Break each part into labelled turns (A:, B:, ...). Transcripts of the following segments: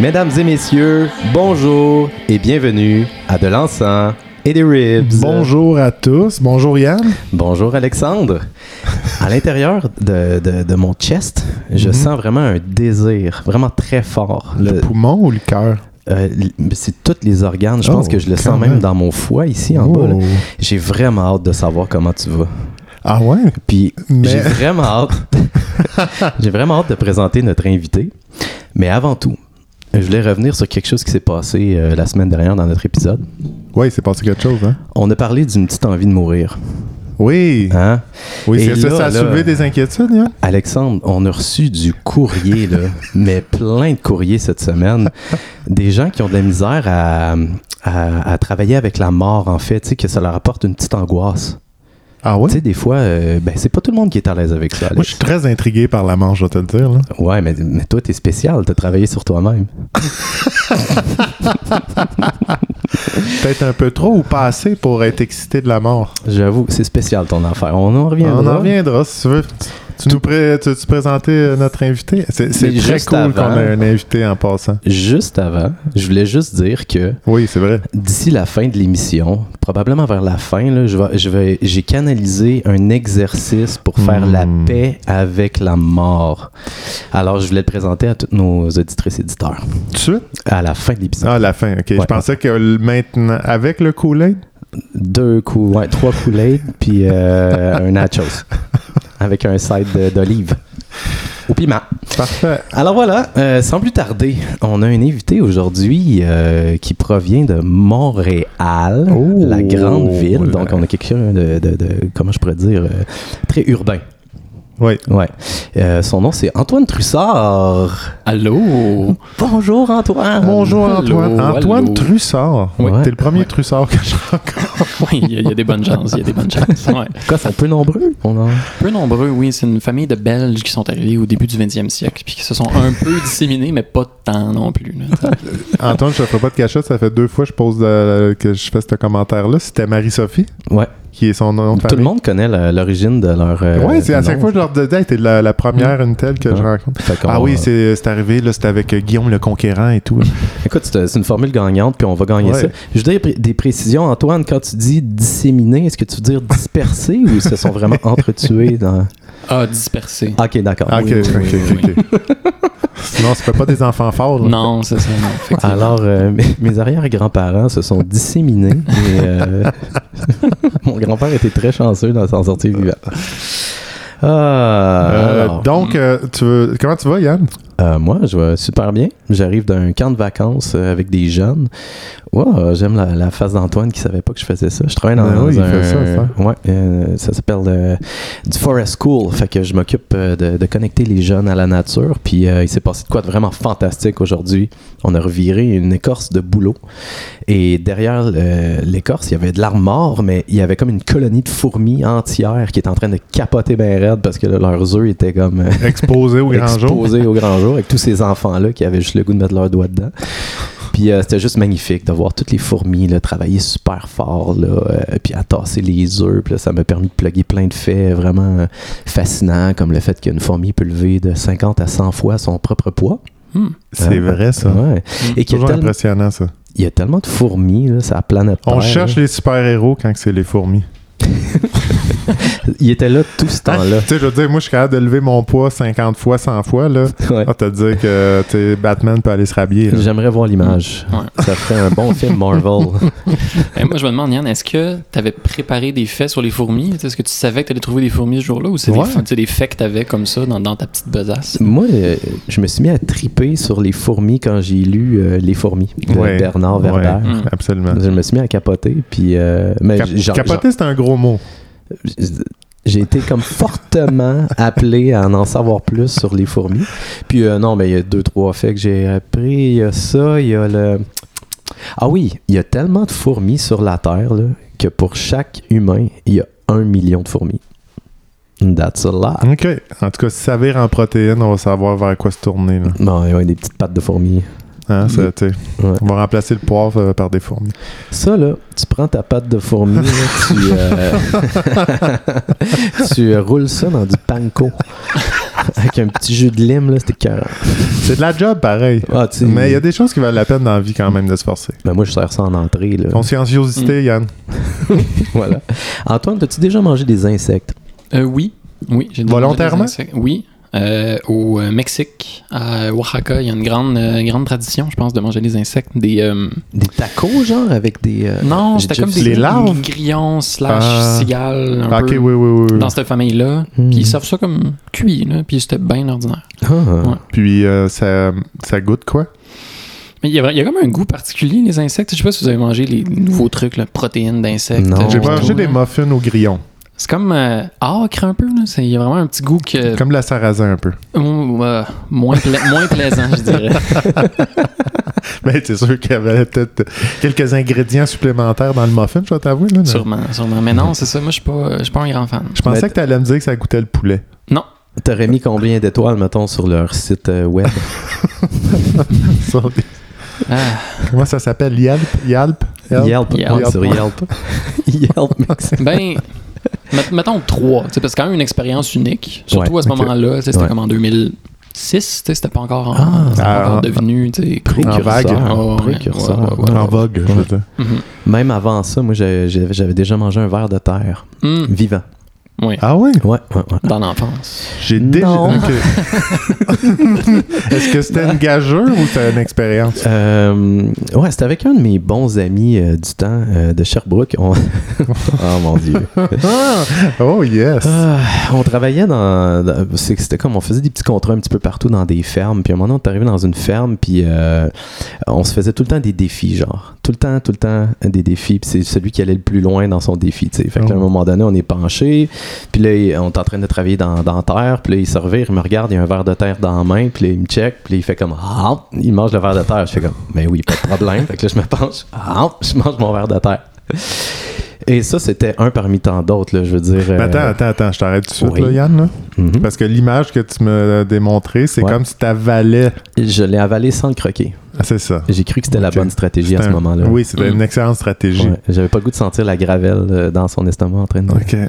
A: Mesdames et messieurs, bonjour et bienvenue à De l'encens et des ribs.
B: Bonjour à tous. Bonjour Yann.
A: Bonjour Alexandre. À l'intérieur de, de- de mon chest, je
B: Mhm.
A: sens vraiment un désir, vraiment très fort.
B: Le
A: De-
B: poumon ou le cœur?
A: euh, l- c'est tous les organes. Je pense
B: Oh,
A: que je le
B: quand
A: sens même
B: même.
A: dans mon foie ici en bas. là.
B: Oh.
A: J'ai vraiment hâte de savoir comment tu vas.
B: Ah ouais?
A: Puis j'ai
B: Mais-
A: vraiment hâte. j'ai vraiment hâte de présenter notre invité. Mais avant tout, je voulais revenir sur quelque chose qui s'est passé euh, la semaine dernière dans notre épisode.
B: Ouais, il s'est passé quelque chose, hein?
A: On a parlé d'une petite envie de mourir.
B: Oui.
A: Hein?
B: Oui,
A: Et
B: c'est ça,
A: là,
B: ça a
A: là-
B: soulevé des inquiétudes, Yann?
A: Alexandre, on a reçu du courrier, là, mais plein de courriers cette semaine. Des gens qui ont de la misère à, à- à travailler avec la mort, en fait, tu sais, que ça leur apporte une petite angoisse.
B: Ah ouais?
A: Tu sais, des fois, euh, ben, c'est pas tout le monde qui est à l'aise avec ça.
B: Moi, je
A: Alex.
B: suis très intrigué par la manche, je vais te le dire. Là.
A: Ouais, mais, mais toi, t'es spécial, t'as travaillé sur toi-même.
B: Peut-être un peu trop ou pas assez pour être excité de la mort.
A: J'avoue, c'est spécial ton affaire. On en revient.
B: On en reviendra si tu veux. Tu, tu nous pré- tu veux-tu présenter euh, notre invité? C'est c'est
A: Mais
B: très
A: juste
B: cool
A: avant-
B: qu'on ait un invité en passant.
A: Juste avant, je voulais juste dire que
B: Oui, c'est vrai.
A: D'ici la fin de l'émission, probablement vers la fin, là, je vais, je vais, j'ai canalisé un exercice pour faire
B: Mm.
A: la paix avec la mort. Alors, je voulais le présenter à tous nos auditrices éditeurs
B: Tout de suite?
A: à la fin de l'épisode.
B: Ah, la fin, ok.
A: Ouais.
B: Je pensais que le- maintenant, avec le Kool-Aid,
A: Deux coups, ouais, trois Kool-Aid, puis euh, un nachos avec un side de- d'olive au piment.
B: parfait.
A: Alors voilà, euh, sans plus tarder, on a un invité aujourd'hui euh, qui provient de Montréal,
B: Oh.
A: la grande ville. Donc on a quelqu'un de, de- de- comment je pourrais dire, euh, très urbain.
B: Oui.
A: Ouais. Euh, son nom c'est Antoine Trussard.
C: Allô?
A: Bonjour Antoine.
B: Bonjour
C: Allô,
B: Antoine. Antoine
C: allô.
B: Trussard.
C: Oui.
B: T'es le premier Trussard que je
C: Oui, il y, a- il y a des bonnes chances, il y a des bonnes chances. ouais.
A: Quoi, sont peu nombreux On en-
C: Peu nombreux, oui, c'est une famille de Belges qui sont arrivés au début du 20e siècle, puis qui se sont un peu disséminés, mais pas tant non plus. là.
B: Antoine, je te ferai pas de cachette, ça fait deux fois que je pose euh, que je fais ce commentaire-là. C'était Marie-Sophie,
A: Ouais.
B: qui est son nom de
A: Tout le
B: famille.
A: monde connaît la- l'origine de leur. euh,
B: ouais, c'est à
A: nom.
B: chaque fois que je leur disais, Hey, t'es la, la première, une telle que
A: Ouais.
B: je rencontre.
A: Fait qu'on-
B: Ah oui, c'est c'est arrivé, là, c'était avec euh, Guillaume le Conquérant et tout.
A: Écoute, c'est c'est une formule gagnante, puis on va gagner
B: Ouais.
A: ça. Je veux dire, pré- des précisions, Antoine, quand tu dis disséminer, est-ce que tu veux dire disperser ou ils se sont vraiment entretués dans...
C: Ah, dispersés.
A: Ah, Ok, d'accord.
B: Ah, ok,
C: Oui, oui,
B: ok,
C: oui,
B: ok, ok. Sinon, ça fait pas des enfants forts. là.
C: Non, c'est ça, non, effectivement.
A: Alors, euh, mes- mes arrière-grands-parents se sont disséminés et euh, mon grand-père était très chanceux d'en s'en sortir vivant. Ah,
B: Euh,
A: alors,
B: donc, euh, tu veux... comment tu vas, Yann?
A: euh, moi, je vais super bien. J'arrive d'un camp de vacances euh, avec des jeunes. Wow, j'aime la, la face d'Antoine qui savait pas que je faisais ça. Je travaille dans,
B: Ben oui, il
A: un...
B: fait ça, ça.
A: Ouais, euh, ça s'appelle euh, du Forest School. Fait que je m'occupe euh, de, de connecter les jeunes à la nature. Puis euh, il s'est passé de quoi de vraiment fantastique aujourd'hui. On a reviré une écorce de bouleau. Et derrière euh, l'écorce, il y avait de l'arbre mort, mais il y avait comme une colonie de fourmis entière qui était en train de capoter ben raide parce que là, leurs œufs étaient comme... euh,
B: Exposé au grand jour.
A: exposé au grand jour avec tous ces enfants-là qui avaient juste le goût de mettre leur doigt dedans. Puis euh, c'était juste magnifique de voir toutes les fourmis là, travailler super fort, là, euh, puis à tasser les œufs. Puis là, ça m'a permis de plugger plein de faits vraiment euh, fascinants, comme le fait qu'une fourmi peut lever de 50 à 100 fois son propre poids.
C: Hmm.
B: C'est
A: Euh,
B: vrai, ça.
A: Ouais. Et qu'il y, a
B: Toujours
A: tellement-
B: impressionnant, ça.
A: il y a tellement de fourmis, là, sur la planète
B: On
A: Terre,
B: cherche
A: là.
B: les super-héros quand que c'est les fourmis.
A: hein. Il était là tout ce temps-là.
B: Tu sais, je veux dire, moi, je suis capable de lever mon poids 50 fois, 100 fois, là.
A: Ouais.
B: Ah, t'as dit que, tu sais, Batman peut aller se rhabiller, là.
A: J'aimerais voir l'image.
C: Ouais.
A: Ça ferait un bon film Marvel.
C: Eh, moi, je me demande, Yann, est-ce que tu avais préparé des faits sur les fourmis? Tu sais, Est-ce que tu savais que tu allais trouver des fourmis ce jour-là, ou c'est des
B: Ouais.
C: fa- tu sais, des, faits que tu avais comme ça dans, dans ta petite besace?
A: Moi, euh, je me suis mis à triper sur les fourmis quand j'ai lu euh, Les fourmis de
B: Ouais.
A: Bernard
B: Ouais.
A: Werber. Euh,
C: Hmm.
B: Absolument.
A: Je me suis mis à capoter, puis euh, mais
B: Cap-
A: j'ai-
B: capoter, c'est un gros mot.
A: j'ai- j'ai été comme fortement appelé à en savoir plus sur les fourmis. Puis euh, non, mais il y a deux, trois faits que j'ai appris. Il y a ça, il y a le... Ah oui, il y a tellement de fourmis sur la Terre là, que pour chaque humain, il y a un million de fourmis. That's a lot.
B: OK. En tout cas, si ça vire en protéines, on va savoir vers quoi se tourner. Là.
A: Bon, il y a des petites pattes de fourmis.
B: Hein, ça,
A: Mhm.
B: tu sais,
A: Ouais.
B: On va remplacer le poivre euh, par des fourmis.
A: Ça, là, tu prends ta pâte de fourmi, là, tu, euh, tu euh, roules ça dans du panko avec un petit jus de lime, là, c'était carré.
B: C'est de la job, pareil.
A: Ah, tu sais,
B: Mais il y a des choses qui valent la peine dans la vie quand même de se forcer.
A: ben, moi, je sers ça en entrée, là.
C: Mm.
B: Conscienciosité, Yann.
A: voilà. Antoine, as-tu déjà mangé des insectes?
C: Euh, oui, oui. j'ai déjà
B: Volontairement?
C: mangé des insectes. Oui. Euh, au euh, Mexique, à Oaxaca, il y a une grande, euh, une grande tradition, je pense, de manger des insectes. Des, euh,
A: Des tacos, genre, avec des... euh,
C: non,
A: j'ai
C: c'était
A: déjà
C: comme
A: vu
C: des
B: les larves?
C: grillons slash
B: Ah.
C: cigales. un
B: Ah, ok,
C: peu,
B: oui, oui, oui. oui.
C: Dans cette famille-là.
A: Hmm.
C: Puis ils servent ça comme cuit, là, puis c'était bien ordinaire.
A: Ah.
B: Puis euh, ça, ça goûte quoi?
C: Mais il y, a, vra- il y a comme un goût particulier, les insectes. Je sais pas si vous avez mangé les nouveaux trucs, là, protéines d'insectes.
A: Non.
C: euh,
B: J'ai
A: Oh.
C: puis
B: mangé
C: tout,
B: des
C: là.
B: muffins au grillon.
C: C'est comme euh, acre un peu. là. C'est- Il y a vraiment un petit goût que,
B: Comme de la sarrasin un peu.
C: Ouh, euh, moins, pla- moins plaisant, je dirais.
B: Mais Ben, c'est sûr qu'il y avait peut-être quelques ingrédients supplémentaires dans le muffin, je vais t'avouer. là, mais-
C: sûrement, sûrement. Mais non, c'est ça. Moi, je suis pas, je suis pas un grand fan.
B: Je pensais
A: Mais-
B: que tu allais me dire que ça goûtait le poulet.
A: T'aurais mis combien d'étoiles, mettons, sur leur site euh, web?
B: Ça,
C: Ah,
B: Comment ça s'appelle? Yelp? Yelp?
A: Yelp.
C: Yelp.
A: Ouais, sur Yelp. Yelp, Mexique.
C: ben, met- mettons trois. tu sais, Parce que c'est quand même une expérience unique. Surtout
A: Ouais,
C: à ce
B: ok.
C: moment-là. tu sais, C'était
A: Ouais.
C: comme en 2006. tu sais, C'était pas encore, en-
A: Ah.
C: c'était pas encore
B: Ah.
C: devenu. tu sais, cool.
B: En vague.
A: Précurseur.
C: Oh, ouais.
A: précurseur. Ah,
C: Ouais, ouais,
B: En vogue, je veux dire.
C: Mhm.
A: Même avant ça, moi, j'ai- j'avais j'avais déjà mangé un verre de terre
C: Hmm,
A: vivant.
C: Oui,
B: Ah ouais?
A: Ouais, ouais, ouais.
C: dans l'enfance.
B: J'ai
A: Non.
B: déjà. ok. Est-ce que c'était une gageure ou c'était une expérience?
A: Euh, ouais, c'était avec un de mes bons amis euh, du temps euh, de Sherbrooke. On... oh mon dieu.
B: Ah! oh yes!
A: Ah, on travaillait dans. dans- c'est que C'était comme on faisait des petits contrats un petit peu partout dans des fermes. Puis à un moment donné, on est arrivé dans une ferme, puis euh, on se faisait tout le temps des défis, genre. Tout le temps, tout le temps des défis. Puis c'est celui qui allait le plus loin dans son défi, tu sais. Fait que là, à un
B: Oh.
A: moment donné, on est penché, puis là, il- on est en train de travailler dans, dans terre, puis là, il se revire, il me regarde, il a un verre de terre dans la main, puis là, il me check, puis là, il fait comme Ah! Il mange le verre de terre. Je fais comme Ben oui, pas de problème. fait que là, je me penche, Ah! Je mange mon verre de terre. Et ça, c'était un parmi tant d'autres, là, je veux dire.
B: Mais attends,
A: euh,
B: attends, attends, je t'arrête tout de suite,
A: oui.
B: là, Yann. là.
A: mhm.
B: Parce que l'image que tu m'as démontrée, c'est
A: Ouais.
B: comme si t'avalais.
A: Je l'ai avalé sans le croquer.
B: Ah, c'est ça.
A: J'ai cru que c'était la
B: Ok.
A: bonne stratégie à ce
B: C'était un-
A: moment-là.
B: Oui, c'était
C: Mm.
B: une excellente stratégie.
A: Ouais, J'avais pas le goût de sentir la gravelle euh, dans son estomac en train de.
B: OK. Mhm.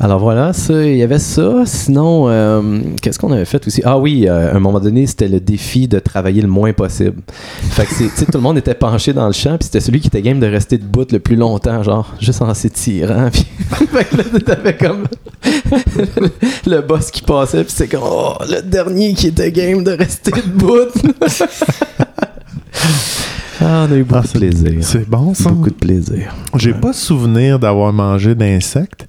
A: Alors voilà, ça, il y avait ça. Sinon, euh, qu'est-ce qu'on avait fait aussi Ah oui, euh, à un moment donné, c'était le défi de travailler le moins possible. Fait que c'est- tu sais, tout le monde était penché dans le champ, puis c'était celui qui était game de rester debout le plus longtemps, genre juste en s'étirant. Puis fait que là, t'avais comme le boss qui passait, puis c'est comme oh, le dernier qui était game de rester debout. ah, on a eu beaucoup
B: Ah,
A: de plaisir.
B: C'est bon, ça.
A: Beaucoup de plaisir.
B: J'ai pas souvenir d'avoir mangé d'insectes,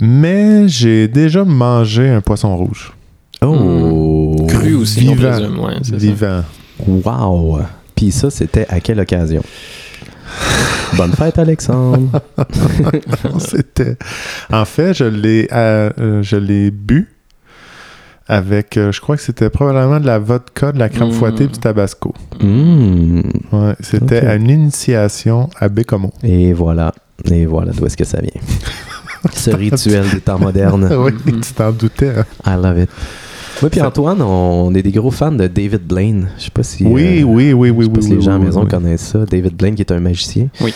B: mais j'ai déjà mangé un poisson rouge.
A: Oh,
B: Hmm.
C: Cru aussi, on
B: Vivant.
C: présume, ouais, c'est ça.
B: Vivant.
A: Wow! Puis ça, c'était à quelle occasion? Bonne fête, Alexandre!
B: C'était. En fait, je l'ai, euh, euh, je l'ai bu avec, euh, je crois que c'était probablement de la vodka, de la crème
C: Mm.
B: fouettée et du tabasco.
A: Mm.
B: Ouais, c'était
A: Ok.
B: à une initiation à Bécomo.
A: Et voilà. Et voilà d'où est-ce que ça vient. Ce rituel des temps modernes.
B: oui,
C: Mhm.
B: tu t'en doutais. hein?
A: I love it. Oui, puis Antoine, on est des gros fans de David Blaine. Je sais pas si,
B: Oui,
A: euh,
B: oui, oui,
A: je
B: oui,
A: sais
B: oui.
A: pas si
B: oui,
A: les gens à la
B: oui,
A: maison
B: oui.
A: connaissent ça. David Blaine qui est un magicien.
C: Oui.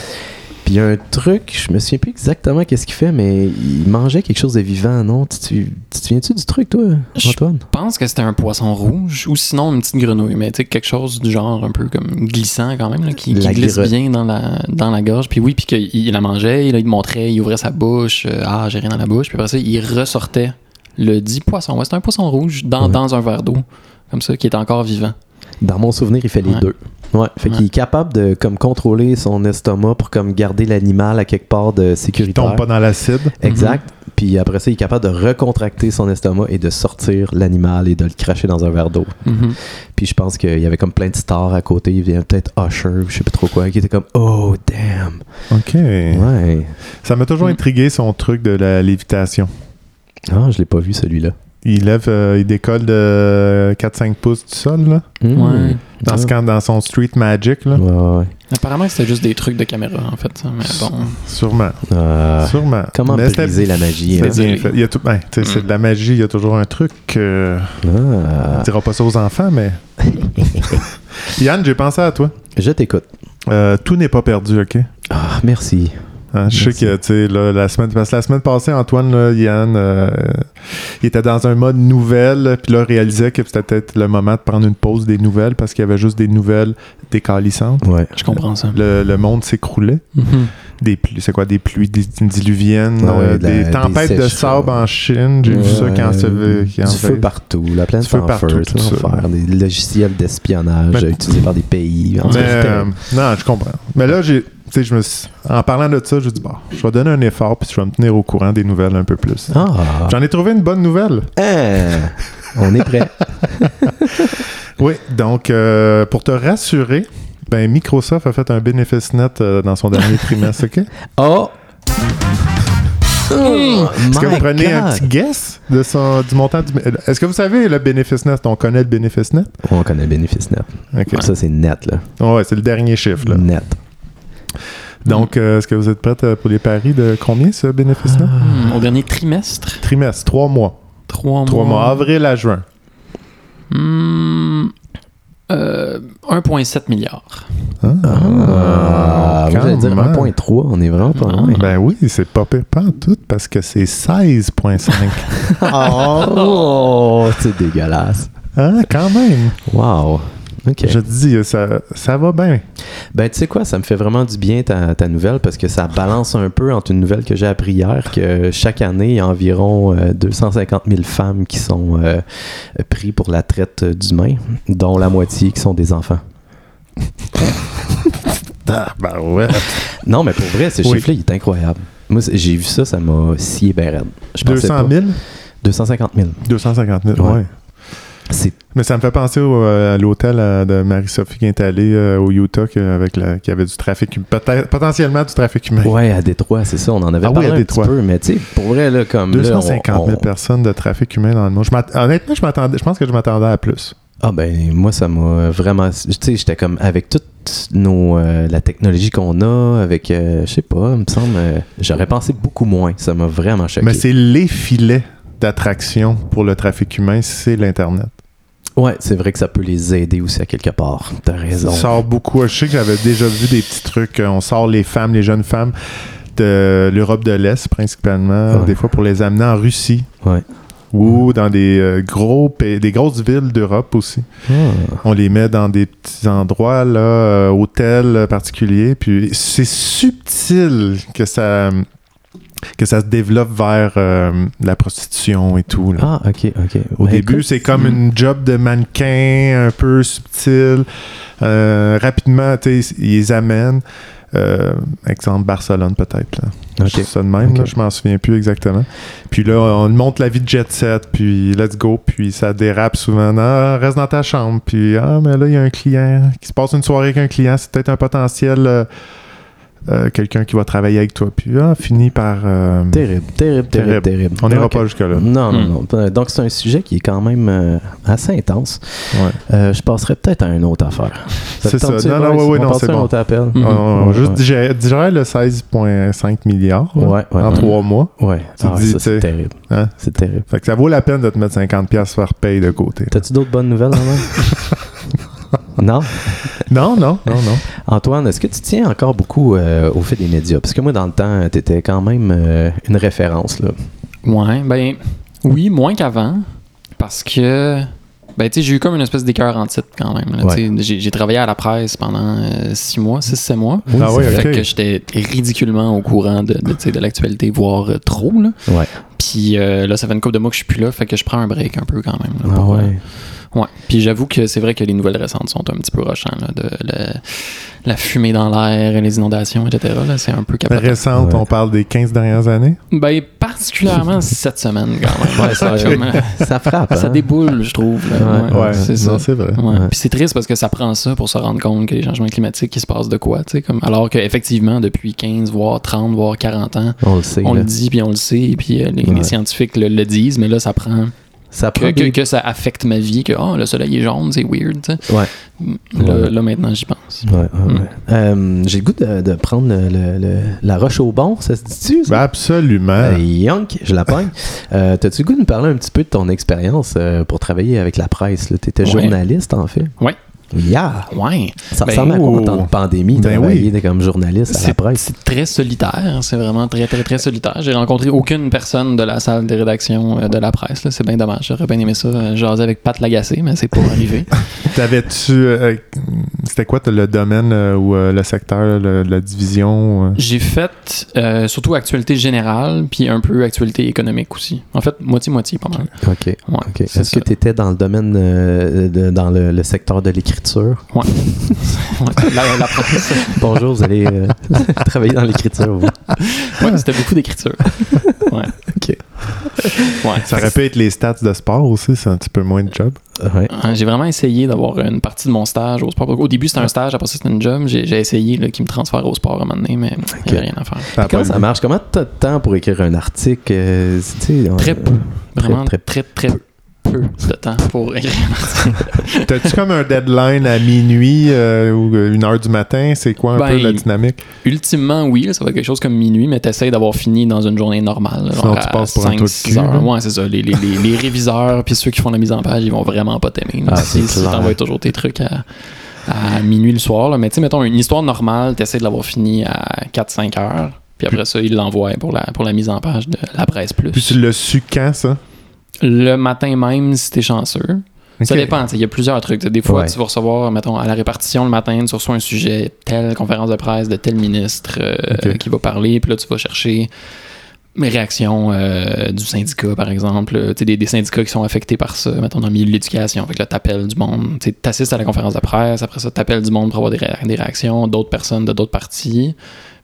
A: Puis il y a un truc, je me souviens plus exactement qu'est-ce qu'il fait, mais il mangeait quelque chose de vivant, non? Tu tu- tu te souviens-tu du truc, toi,
C: Je-
A: Antoine?
C: Je pense que c'était un poisson rouge ou sinon une petite grenouille, mais tu sais, quelque chose du genre un peu comme glissant quand même, là, qui, qui
A: La
C: glisse
A: guirotte.
C: bien dans la, dans la gorge. Puis oui, puis qu'il il la mangeait, il, il montrait, il ouvrait sa bouche, euh, ah, j'ai rien dans la bouche. Puis après ça, il ressortait le dit poisson. Ouais, c'était un poisson rouge dans,
A: Ouais.
C: dans un verre d'eau, comme ça, qui est encore vivant.
A: Dans mon souvenir, il fait les
C: Ouais.
A: deux. Ouais, fait
C: Ouais.
A: qu'il est capable de comme contrôler son estomac pour comme garder l'animal à quelque part de
B: Qui
A: sécuritaire.
B: tombe pas dans Mhm. l'acide.
A: Exact. Puis après ça, il est capable de recontracter son estomac et de sortir l'animal et de le cracher dans un verre d'eau.
C: Mhm.
A: Puis je pense qu'il y avait comme plein de stars à côté. Il y avait peut-être Usher, ou je sais plus trop quoi, qui était comme Oh damn.
B: OK.
A: Ouais.
B: Ça m'a
A: Mm.
B: toujours
C: Mhm.
B: intrigué son truc de la lévitation.
A: Ah, je l'ai pas vu celui-là.
B: Il lève, euh, il décolle de 4-5 pouces du sol, là.
A: Hmm.
C: Ouais.
B: Dans, ce
A: Ah.
B: camp- dans son street magic, là.
A: Ouais, ouais, ouais.
C: Apparemment, c'était juste des trucs de caméra, en fait. Mais bon.
B: Sûrement.
A: Euh,
B: Sûrement.
A: Ah. comment
B: Mais c'était-
A: briser la magie?
B: c'était
A: hein?
C: c'est-
B: bien fait. Il y a tout, ben, tu sais, c'est de la magie, il y a toujours un truc. euh, On
A: Ah.
B: dira pas ça aux enfants, mais. Yann, j'ai pensé à toi.
A: Je t'écoute.
B: Euh, tout n'est pas perdu, OK?
A: Ah, merci.
B: Hein, je sais
A: Merci.
B: que, tu sais, là, la semaine, parce que la semaine passée, Antoine, là, Yann, euh, il était dans un mode nouvelle, puis là, réalisait que c'était peut-être le moment de prendre une pause des nouvelles parce qu'il y avait juste des nouvelles décalissantes.
A: Ouais.
C: Je comprends ça.
B: Le, le monde s'écroulait.
C: Mhm.
B: Des pluies, c'est quoi, des pluies di- diluviennes,
A: Ah ouais,
B: euh,
A: de la-
B: des
A: des
B: tempêtes de
A: sécheresses.
B: sable en Chine. J'ai vu ça
A: Ouais.
B: quand ça veut- qui
A: Du feu
B: envahit.
A: partout, la planète
B: Du feu
A: est en
B: partout,
A: feu,
B: tout
A: ça,
B: ça.
A: faire des logiciels d'espionnage
B: Mais-
A: euh, utilisés par des pays. En tout
B: Mais,
A: cas, c'est
B: euh,
A: terrible.
B: non, je comprends. Mais là, j'ai, tu sais, je me suis- en parlant de ça, je me dis, bon, je vais donner un effort, puis je vais me tenir au courant des nouvelles un peu plus.
A: ah,
B: J'en ai trouvé une bonne nouvelle.
A: Hein. on est prêt.
B: Oui, donc euh, pour te rassurer, ben Microsoft a fait un bénéfice net euh, dans son dernier trimestre, OK?
A: Oh! Oh,
B: Est-ce que
A: my
B: vous prenez un
A: God.
B: petit guess de son, du montant du... Est-ce que vous savez le bénéfice net? On connaît le bénéfice net?
A: On connaît le bénéfice net.
B: OK.
A: Ça, c'est net, là.
B: Ah Ouais, c'est le dernier chiffre. là.
A: Net.
B: Donc, euh, est-ce que vous êtes prête euh, pour les paris de combien ce bénéfice
A: Ah.
B: net?
C: Hmm, Au dernier trimestre,
B: Trimestre, trois mois.
C: trois mois.
B: Trois mois, avril à juin.
C: Hmm, euh, 1,7 milliard.
A: Ah,
B: Ah,
A: moi, j'allais dire
B: quand même.
A: 1.3, on est vraiment pas loin.
B: Ben oui, c'est pas pire pas en tout parce que c'est 16,5. Ah.
A: Oh, c'est dégueulasse.
B: hein, quand même.
A: Wow. OK.
B: Je te dis, ça, ça va bien.
A: Ben, tu sais quoi, ça me fait vraiment du bien ta, ta nouvelle parce que ça balance un peu entre une nouvelle que j'ai appris hier que chaque année, il y a environ euh, 250 000 femmes qui sont euh, prises pour la traite euh, d'humains, dont la moitié qui sont des enfants.
B: Ah, ben ouais.
A: Non, mais pour vrai, ce
B: Oui.
A: chiffre-là, il est incroyable. Moi, c'est- j'ai vu ça, ça m'a scié bien raide. Je pensais
B: 200
A: pas.
B: 000?
A: 250 000.
B: 250 000, ouais.
A: Ouais. C'est
B: Mais ça me fait penser au, euh, à l'hôtel euh, de Marie-Sophie qui est allée euh, au Utah que- avec la, qui avait du trafic, hum- peut-être- potentiellement du trafic humain.
A: Ouais, à Détroit, c'est ça. On en avait
B: Ben. Ah oui,
A: parlé
B: à
A: un
B: Détroit.
A: petit peu, mais tu sais, pour vrai, là, comme. là, on-
B: 250 000
A: on-
B: personnes de trafic humain dans le monde. Je m'att- honnêtement, je, m'attendais, je pense que je m'attendais à plus.
A: Ah, ben, moi, ça m'a vraiment. Tu sais, j'étais comme avec toute nos, euh, la technologie qu'on a, avec. euh, je sais pas, il me semble. euh, J'aurais pensé beaucoup moins. Ça m'a vraiment choqué.
B: Mais c'est les filets d'attraction pour le trafic humain, c'est l'Internet.
A: Ouais, c'est vrai que ça peut les aider aussi à quelque part. T'as raison.
B: On sort beaucoup. Je sais que j'avais déjà vu des petits trucs. euh, On sort les femmes, les jeunes femmes de l'Europe de l'Est principalement,
A: Ouais.
B: des fois pour les amener en Russie.
A: Ouais.
B: Ou dans des euh, gros pays- des grosses villes d'Europe aussi.
A: Ah.
B: On les met dans des petits endroits là, euh, hôtels euh, particuliers. Puis c'est subtil que ça que ça se développe vers euh, la prostitution et tout. là.
A: Ah, ok, ok.
B: Au
A: Ben,
B: début,
A: écoute,
B: c'est comme une job de mannequin un peu subtil. Euh, rapidement, tu sais, ils les amènent. Euh, exemple, Barcelone, peut-être. là.
A: ok.
B: Je dis ça de même,
A: Ok.
B: là, je m'en souviens plus exactement. Puis là, on monte la vie de jet set, puis let's go, puis ça dérape souvent. Ah, reste dans ta chambre, puis ah, mais là, il y a un client qui se passe une soirée avec un client, c'est peut-être un potentiel. euh, euh, quelqu'un qui va travailler avec toi. Puis ah, fini par... euh,
A: Terrible, terrible, terrible,
B: Terrible.
A: terrible.
B: on n'ira
A: Ok. Mhm.
B: pas jusque-là.
A: Non,
C: Hmm.
A: non, non. Donc, c'est un sujet qui est quand même euh, assez intense.
B: Ouais.
A: Euh, je passerai peut-être à une autre affaire.
B: C'est
A: te tente-tu,
B: ça. Non, non,
A: Alex?
B: ouais, ouais,
A: On
B: non,
A: passe
B: c'est
A: à un
B: bon.
A: autre appel?
C: Mhm.
B: On va
A: Ouais,
B: juste
A: ouais.
B: digérer, digérer le 16,5 milliards là,
A: Ouais, ouais,
B: en
A: ouais.
B: trois mois.
A: Ouais.
B: Tu
A: Ah,
B: dis,
A: ça, c'est
B: tu sais,
A: terrible.
B: hein?
A: C'est terrible.
B: Fait que ça vaut la peine de te mettre 50$ par paye de côté.
A: T'as-tu d'autres bonnes nouvelles, Antoine? non?
B: Non, non, non, non.
A: Antoine, est-ce que tu tiens encore beaucoup euh, au fait des médias? Parce que moi, dans le temps, t'étais quand même euh, une référence, là.
C: Ouais, ben oui, moins qu'avant. Parce que, ben tu sais, j'ai eu comme une espèce d'écœur en titre quand même. là,
A: Ouais.
C: tu sais. J'ai j'ai travaillé à la presse pendant 6 mois, 6-7 mois.
B: Ah oui,
C: Fait
B: ok.
C: que j'étais ridiculement au courant de, de, tu sais, de l'actualité, voire euh, trop. Là.
A: Ouais.
C: Puis euh, là, ça fait une couple de mois que je suis plus là, fait que je prends un break un peu quand même. là,
A: Ah
C: pour, euh,
A: ouais.
C: Ouais. Puis j'avoue que c'est vrai que les nouvelles récentes sont un petit peu rushant, là, de la, la fumée dans l'air, les inondations, etc. là, c'est un peu capotant.
B: Récente,
A: Ouais.
B: on parle des 15 dernières années.
C: Ben, particulièrement cette semaine, quand même.
A: Ouais, ça-
C: Comme, euh,
A: Ça frappe,
C: ça
A: hein?
C: déboule, je trouve. là.
A: Ouais.
C: Ouais, c'est ça.
B: non, c'est vrai.
C: Ouais.
A: Ouais.
C: Puis c'est triste parce que ça prend ça pour se rendre compte que les changements climatiques, il se passe de quoi, tu sais. Comme... Alors qu'effectivement, depuis 15, voire 30, voire 40 ans,
A: On le sait,
C: on
A: là.
C: le dit, puis on le sait, puis euh, les, les
A: Ouais.
C: scientifiques le, le disent, mais là, ça prend
A: Ça
C: que,
A: prend
C: que-
A: des-
C: que ça affecte ma vie, que oh, le soleil est jaune, c'est weird. tu sais.
A: Ouais.
C: Là,
A: Ouais.
C: là, maintenant, j'y pense.
A: Ouais, ouais, ouais.
C: Mm.
A: Euh, J'ai le goût de, de prendre le- le- le- la roche au bon, ça se dit-tu? ça?
B: Ben, absolument.
A: Euh, Yank, je la pogne. Euh, T'as-tu le goût de nous parler un petit peu de ton expérience euh, pour travailler avec la presse? Tu étais
C: Ouais.
A: journaliste, en fait.
C: Ouais.
A: Yeah!
C: Ouais.
A: Ça
C: Ben,
A: ressemble à quoi en
B: oh.
A: temps de pandémie,
B: Ben
A: travailler comme journaliste à la
C: C'est
A: presse?
C: c'est très solitaire. C'est vraiment très, très, très solitaire. J'ai rencontré aucune personne de la salle des rédactions euh, de la presse. là. C'est bien dommage. J'aurais bien aimé ça, euh, jaser avec Pat Lagacé, mais c'est pas arrivé.
B: T'avais-tu. euh, C'était quoi le domaine euh, ou euh, le secteur, le- la division euh?
C: J'ai fait euh, surtout actualité générale, puis un peu actualité économique aussi. En fait, moitié-moitié, pas mal.
A: OK.
C: Ouais,
A: ok.
C: c'est
A: Est-ce
C: ça.
A: que tu étais dans le domaine, euh, de- dans le, le secteur de l'écriture?
C: Ouais, la, la presse.
A: Bonjour, vous allez euh, travailler dans l'écriture, vous.
C: Ouais, c'était beaucoup d'écriture. Ouais.
A: Ok.
C: Ouais.
B: Ça aurait pu être les stats de sport aussi, c'est un petit peu moins de job.
A: Ouais.
C: Hein, J'ai vraiment essayé d'avoir une partie de mon stage au sport. Au début, c'était un stage, après ça, c'était une job. J'ai j'ai essayé là, qu'ils me transfèrent au sport à un moment donné, mais il n'y avait rien à faire.
B: Ça a
A: Comment
B: pas
A: ça
B: eu-
A: marche? Comment t'as de temps pour écrire un article? euh, tu sais, on-
C: Très peu. Vraiment
A: très
C: très, très, peu. de temps pour écrire.
B: T'as-tu comme un deadline à minuit euh, ou euh, une heure du matin? C'est quoi un
C: Ben,
B: peu la dynamique?
C: Ultimement, oui, là, ça va être quelque chose comme minuit, mais t'essayes d'avoir fini dans une journée normale. là,
B: Sinon,
C: genre
B: tu
C: à
B: passes pour un
C: cinq,
B: trou de
C: six
B: cul, là.
C: heures. Ouais, c'est ça. Les, les- les- les réviseurs, puis ceux qui font la mise en page, ils vont vraiment pas t'aimer. là,
A: Ah, c'est
C: si si
A: clair.
C: t'envoies toujours tes trucs à, à minuit le soir. là. Mais tu sais, mettons, une histoire normale, t'essayes de l'avoir fini à 4-5 heures. Puis après ça, ils l'envoient pour la, pour la mise en page de la presse plus.
B: Puis tu l'as su quand, ça?
C: le matin même si t'es chanceux. Ça
B: Ok.
C: dépend, tu sais, il y a plusieurs trucs. Des fois,
A: Ouais.
C: tu vas recevoir, mettons, à la répartition le matin, tu reçois un sujet, telle conférence de presse de tel ministre euh,
B: Ok.
C: qui va parler, puis là, tu vas chercher mes réactions euh, du syndicat, par exemple. euh, Tu sais, des, des syndicats qui sont affectés par ça, mettons, dans le milieu de l'éducation, avec le t'appelles du monde. Tu sais, t'assistes à la conférence de presse, après ça, t'appelles du monde pour avoir des, réa- des réactions d'autres personnes de d'autres partis.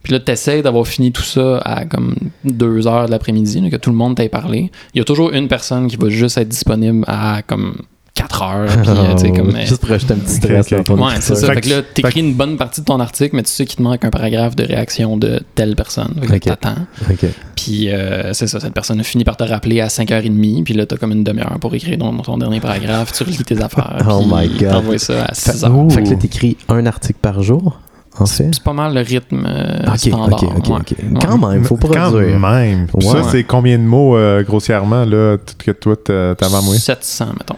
C: Puis là, t'essayes d'avoir fini tout ça à comme deux heures de l'après-midi, là, que tout le monde t'ait parlé. Il y a toujours une personne qui va juste être disponible à comme quatre heures. Puis, euh, tu sais, comme, euh,
A: Juste pour ajouter un petit stress
B: Ok,
A: dans
B: ok.
A: ton
C: Ouais, c'est
A: écriture.
C: ça.
B: Fait
C: Fait que là,
B: que-
C: t'écris une bonne partie de ton article, mais tu sais qu'il te manque un paragraphe de réaction de telle personne. Fait que là,
A: Ok.
C: t'attends.
A: Ok.
C: Puis euh, c'est ça, cette personne finit par te rappeler à 5h30, puis là, t'as comme une demi-heure pour écrire ton, ton dernier paragraphe, tu relis tes affaires,
A: Oh
C: puis
A: my God.
C: t'envoies ça à
A: Fait,
C: 6h.
A: fait que là, t'écris un article par jour, en fait.
C: C'est pas mal le rythme euh,
A: Ok, ok,
C: standard.
A: ok,
C: ouais.
A: ok. Quand même, faut pas
B: Quand
A: réduire.
B: même. Puis
A: Ouais.
B: ça, c'est combien de mots, euh, grossièrement, là, tout- que toi, t'a- t'avais envoyé?
C: 700, mettons.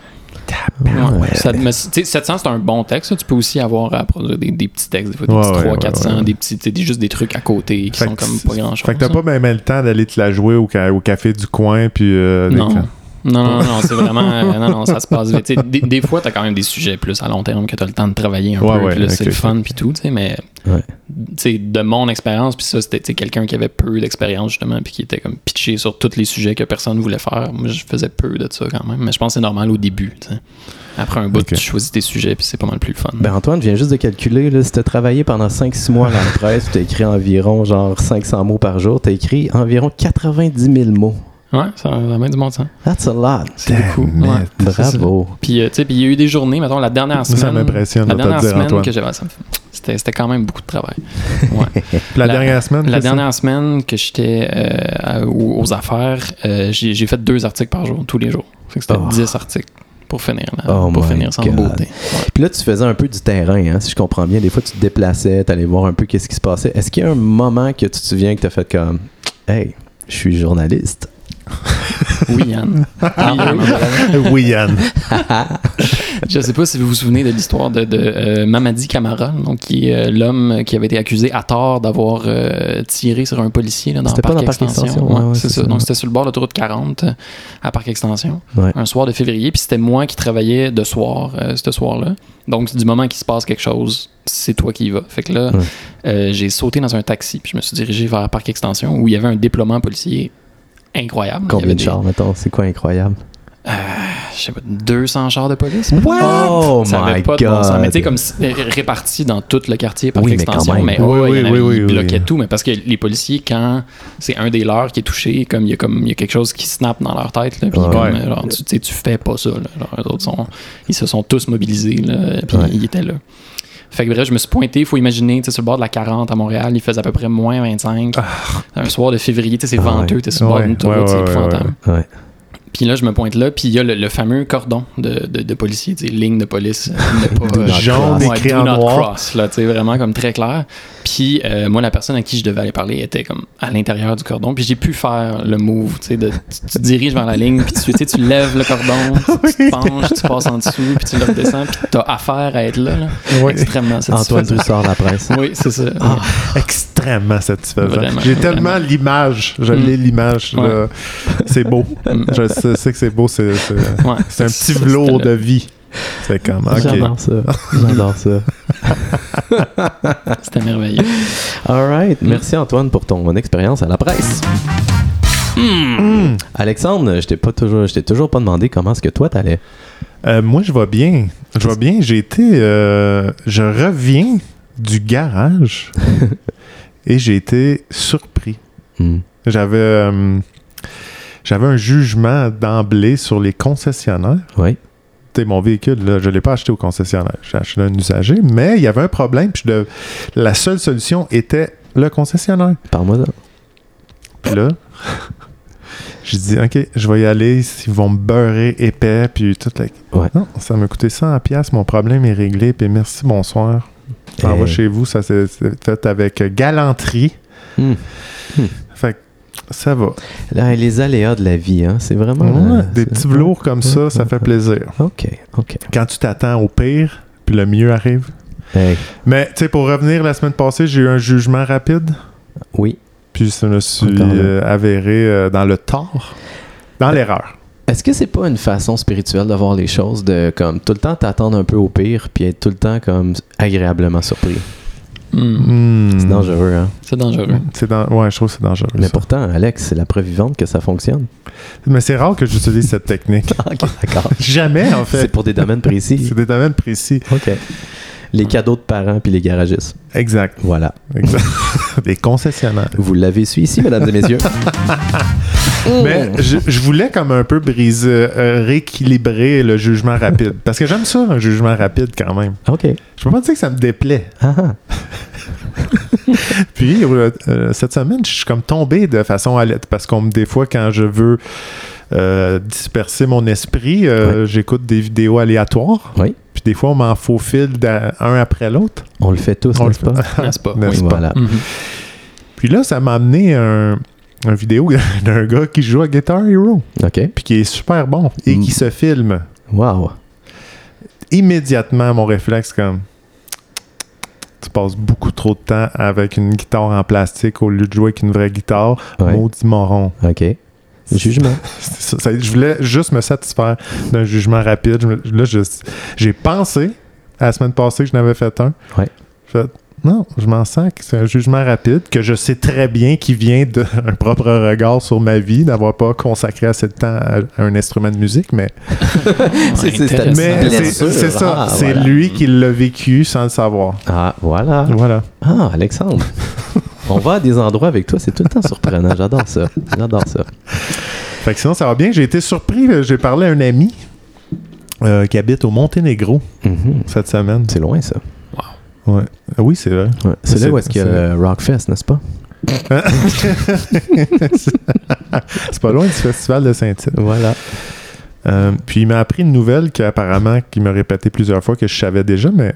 A: Ah
C: Ouais.
A: ouais.
C: Ça- mais c'est- tu sais, 700, c'est un bon texte. là. Tu peux aussi avoir à produire des, des petits textes, des fois des
B: Ouais,
C: petits
B: ouais,
C: 300,
B: ouais,
C: 400,
B: ouais.
C: des petits, tu sais, juste des trucs à côté qui
B: Fait
C: sont
B: que
C: comme
B: c'est-
C: pas grand-chose.
B: Fait que t'as pas même le temps d'aller te la jouer au, ca- au café du coin, puis... euh, des-
C: Non. Non, non, non, non, c'est vraiment. euh, non, non, ça se passe vite. Tu sais, Des, des fois, t'as quand même des sujets plus à long terme que t'as le temps de travailler un
B: Ouais,
C: peu.
B: ouais,
C: puis là, c'est
B: ok,
C: le
B: ok.
C: fun, puis tout, tu sais, mais.
A: Ouais.
C: tu sais, de mon expérience, puis ça, c'était tu sais, quelqu'un qui avait peu d'expérience, justement, puis qui était comme pitché sur tous les sujets que personne voulait faire. Moi, je faisais peu de ça quand même, mais je pense que c'est normal au début, tu sais. Après un bout,
B: Ok.
C: tu choisis tes sujets, puis c'est pas mal plus le fun.
A: Ben Antoine, je viens juste de calculer, là, si t'as travaillé pendant 5-6 mois dans la presse, puis t'as écrit environ genre 500 mots par jour, t'as écrit environ 90 000 mots.
C: Ouais, ça, ça met du bon sens.
A: That's a lot.
C: C'est beaucoup.
B: Damn
C: Ouais.
B: it.
A: Bravo.
C: Puis, euh, tu sais, puis il y a eu des journées, mettons, la dernière
B: Ça
C: semaine.
B: m'impressionne,
C: La
B: je vais te
C: dernière
B: le dire,
C: semaine
B: Antoine.
C: que j'avais, ça me- c'était c'était quand même beaucoup de travail. Ouais.
B: Puis la,
C: La-
B: dernière semaine?
C: La
B: qu'est-ce
C: dernière semaine que j'étais euh, à- aux aux affaires, euh, j'ai j'ai fait deux articles par jour, tous les jours. Fait que c'était
A: Oh.
C: 10 articles pour finir, là,
A: Oh
C: pour
A: my
C: finir sans
A: God.
C: beauté. Ouais.
A: Puis là, tu faisais un peu du terrain, hein, si je comprends bien. Des fois, tu te déplaçais, t'allais voir un peu qu'est-ce qui se passait. Est-ce qu'il y a un moment que tu te souviens que t'as fait comme « Hey, je suis journaliste
C: Oui, Yann.
B: ça?
C: Oui, Yann.
B: Oui, Yann.
C: Je sais pas si vous vous souvenez de l'histoire de, de, euh, Mamadi Camara, donc, qui est euh, l'homme qui avait été accusé à tort d'avoir euh, tiré sur un policier là, dans le
A: C'était pas dans
C: parc
A: le parc
C: extension.
A: Extension, ouais, ouais,
C: c'est
A: c'est
C: ça.
A: ça.
C: Donc c'était sur le bord de l'autoroute 40 euh, à parc extension. ».
A: Ouais.
C: un soir de février, puis c'était moi qui travaillais de soir, euh, ce soir-là. Donc, du moment qu'il se passe quelque chose, c'est toi qui y vas. Fait que là,
A: Ouais.
C: euh, j'ai sauté dans un taxi, puis je me suis dirigé vers Parc Extension, où il y avait un déploiement policier incroyable. Il y
A: Combien
C: avait
A: de
C: des-
A: chars, mettons? C'est quoi incroyable?
C: Je sais pas, 200 chars de police.
A: Oh
C: ça
A: my
C: avait pas de bon
A: God!
C: sens. Mais tu sais, comme si- euh, répartis dans tout le quartier Parc
A: Oui, mais quand
C: Extension.
A: même.
C: Mais,
B: Oui,
C: ouais,
B: oui,
C: il y en avait-
B: oui, oui,
C: ils
B: oui.
C: bloquaient tout. Mais parce que les policiers, quand c'est un des leurs qui est touché, comme il y a comme il y a quelque chose qui snap dans leur tête, là, puis
A: Ouais.
C: comme, euh, genre, tu tu sais, tu fais pas ça. là. Genre, eux autres sont, ils se sont tous mobilisés, là, puis
A: Ouais.
C: ils étaient là. Fait que bref, je me suis pointé, il faut imaginer, tu sais, sur le bord de la 40 à Montréal, il faisait à peu près moins 25. Un soir de février, tu sais, c'est
A: Ah ouais.
C: venteux, tu es sur le bord
B: Ouais,
C: d'une autoroute,
B: ouais,
C: c'est
B: ouais, ouais,
C: épouvantable.
A: Ouais.
C: Puis là, je me pointe là, puis il y a le, le fameux cordon de, de, de policiers, tu sais, ligne de police, ne pas, euh,
B: Do not Jaune,
C: cross.
B: écrit
C: do
B: en
C: not
B: noir.
C: cross, là, tu sais, vraiment comme très clair. Puis euh, moi, la personne à qui je devais aller parler était comme à l'intérieur du cordon, puis j'ai pu faire le move, tu sais, de- tu, tu te diriges vers la ligne, puis tu, tu sais, tu lèves le cordon, tu, tu te penches, tu passes en dessous, puis tu le redescends, puis t'as affaire à être là, là.
B: Oui.
C: extrêmement satisfaisant.
A: Antoine Drussard, la presse.
C: Oui, c'est ça.
B: Ah, extrêmement satisfaisant.
C: Vraiment,
B: J'ai
C: vraiment.
B: tellement l'image, je
C: Mm.
B: l'ai l'image.
C: Ouais.
B: là. C'est beau.
C: Mm.
B: je sais, sais que c'est beau. C'est c'est-
C: Ouais.
B: c'est un petit
C: Ça,
B: velours
C: c'était
B: de
C: le-
B: vie. C'est comme, ok.
A: J'adore ça. J'adore ça.
C: C'était merveilleux.
A: All right. Merci Antoine pour ton expérience à la presse.
B: Hmm.
A: Hmm. Alexandre, je t'ai pas toujours, je t'ai toujours pas demandé comment est-ce que toi t'allais.
B: Euh, moi, je vais bien. Je vais bien. J'ai été. euh, je reviens du garage et j'ai été surpris.
A: Hmm.
B: J'avais. euh, j'avais un jugement d'emblée sur les concessionnaires.
A: Oui.
B: T'sais, mon véhicule, là, je ne l'ai pas acheté au concessionnaire. J'ai acheté un usager, mais il y avait un problème. Puis je dev- la seule solution était le concessionnaire.
A: Parle-moi ça.
B: Puis là, j'ai dit, OK, je vais y aller. Ils vont me beurrer épais. Puis tout. la-
A: Ouais.
B: Non, ça m'a coûté 100$. piastres, Mon problème est réglé. Puis merci, bonsoir. Ça
A: Eh.
B: va chez vous. Ça s'est s'est fait avec galanterie.
A: Hmm.
B: Fait que ça va.
A: Là, les aléas de la vie, hein, c'est vraiment
B: Ouais,
A: euh,
B: Ah, des
A: c'est-
B: petits velours comme ça, ça fait plaisir.
A: Ok, ok.
B: Quand tu t'attends au pire, puis le mieux arrive.
A: Hey,
B: Mais tu sais, pour revenir la semaine passée, j'ai eu un jugement rapide,
A: oui.
B: puis je me suis
A: Encore là. Ben,
B: euh, avéré euh, dans le tort, dans l'erreur.
A: Est-ce que c'est pas une façon spirituelle de voir les choses, de comme tout le temps t'attendre un peu au pire, puis être tout le temps comme agréablement surpris.
C: Hmm,
B: Hmm.
A: C'est dangereux, hein.
C: C'est dangereux.
B: C'est dans- Ouais, je trouve que c'est dangereux. ça.
A: Mais
B: Mais,
A: pourtant, Alex, c'est la preuve vivante que ça fonctionne.
B: c'est rare que j'utilise cette technique.
A: ok, d'accord.
B: Jamais, en
A: c'est
B: fait.
A: pour des domaines précis.
B: C'est des domaines précis.
A: Ok. Les cadeaux de parents puis les garagistes.
B: Exact.
A: Voilà.
B: exact. des concessionnaires.
A: Vous l'avez su ici, mesdames et messieurs.
B: Mais je, je voulais comme un peu briser, euh, rééquilibrer le jugement rapide. Parce que j'aime ça, un jugement rapide quand même.
A: Ok.
B: Je peux pas dire que ça me déplaît.
A: Ah, ah.
B: Puis euh, euh, cette semaine, je suis comme tombé de façon alerte parce qu'on me des fois quand je veux euh, disperser mon esprit, euh, j'écoute des vidéos aléatoires.
A: Oui.
B: Puis des fois, on m'en faufile d'un- un après l'autre,
A: On le fait tous,
B: On le
A: n'est-ce pas?
C: N'est-ce pas?
B: n'est-ce
A: Oui,
B: pas?
A: voilà.
C: Mhm.
B: Puis là, ça m'a amené un, un vidéo d'un gars qui joue à Guitar Hero,
A: Ok.
B: puis qui est super bon et
A: Mm.
B: qui se filme.
A: Wow.
B: Immédiatement, mon réflexe comme tu passes beaucoup trop de temps avec une guitare en plastique au lieu de jouer avec une vraie guitare.
A: Ouais.
B: Maudit moron.
A: Ok. Jugement.
B: C'est ça, ça- je voulais juste me satisfaire d'un jugement rapide. Je me- là, je- j'ai pensé à la semaine passée que je n'avais fait un.
A: Ouais.
B: J'ai fait, non, je m'en sens que c'est un jugement rapide que je sais très bien qui vient d'un propre regard sur ma vie, d'avoir pas consacré assez de temps à, à un instrument de musique, mais,
A: C'est- c'est-
C: Intéressant.
A: Une
B: mais c'est
A: blessure.
B: c'est ça.
A: Ah,
B: c'est
A: voilà.
B: lui qui l'a vécu sans le savoir.
A: Ah, voilà.
B: Voilà.
A: Ah, Alexandre. On va à des endroits avec toi, c'est tout le temps surprenant. J'adore ça. J'adore ça.
B: Fait que sinon, ça va bien. J'ai été surpris. là. J'ai parlé à un ami euh, qui habite au Monténégro
A: Mhm.
B: cette semaine.
A: C'est loin, ça.
B: Ouais. Ah Oui, c'est vrai.
A: Ouais. C'est là
B: C'est-
A: où est-ce qu'il y a
B: c'est-
A: le Rockfest, n'est-ce pas?
B: C'est pas loin du festival de Saint-Tite.
A: Voilà.
B: Euh, puis il m'a appris une nouvelle qu'apparemment qu'il m'a répété plusieurs fois que je savais déjà, mais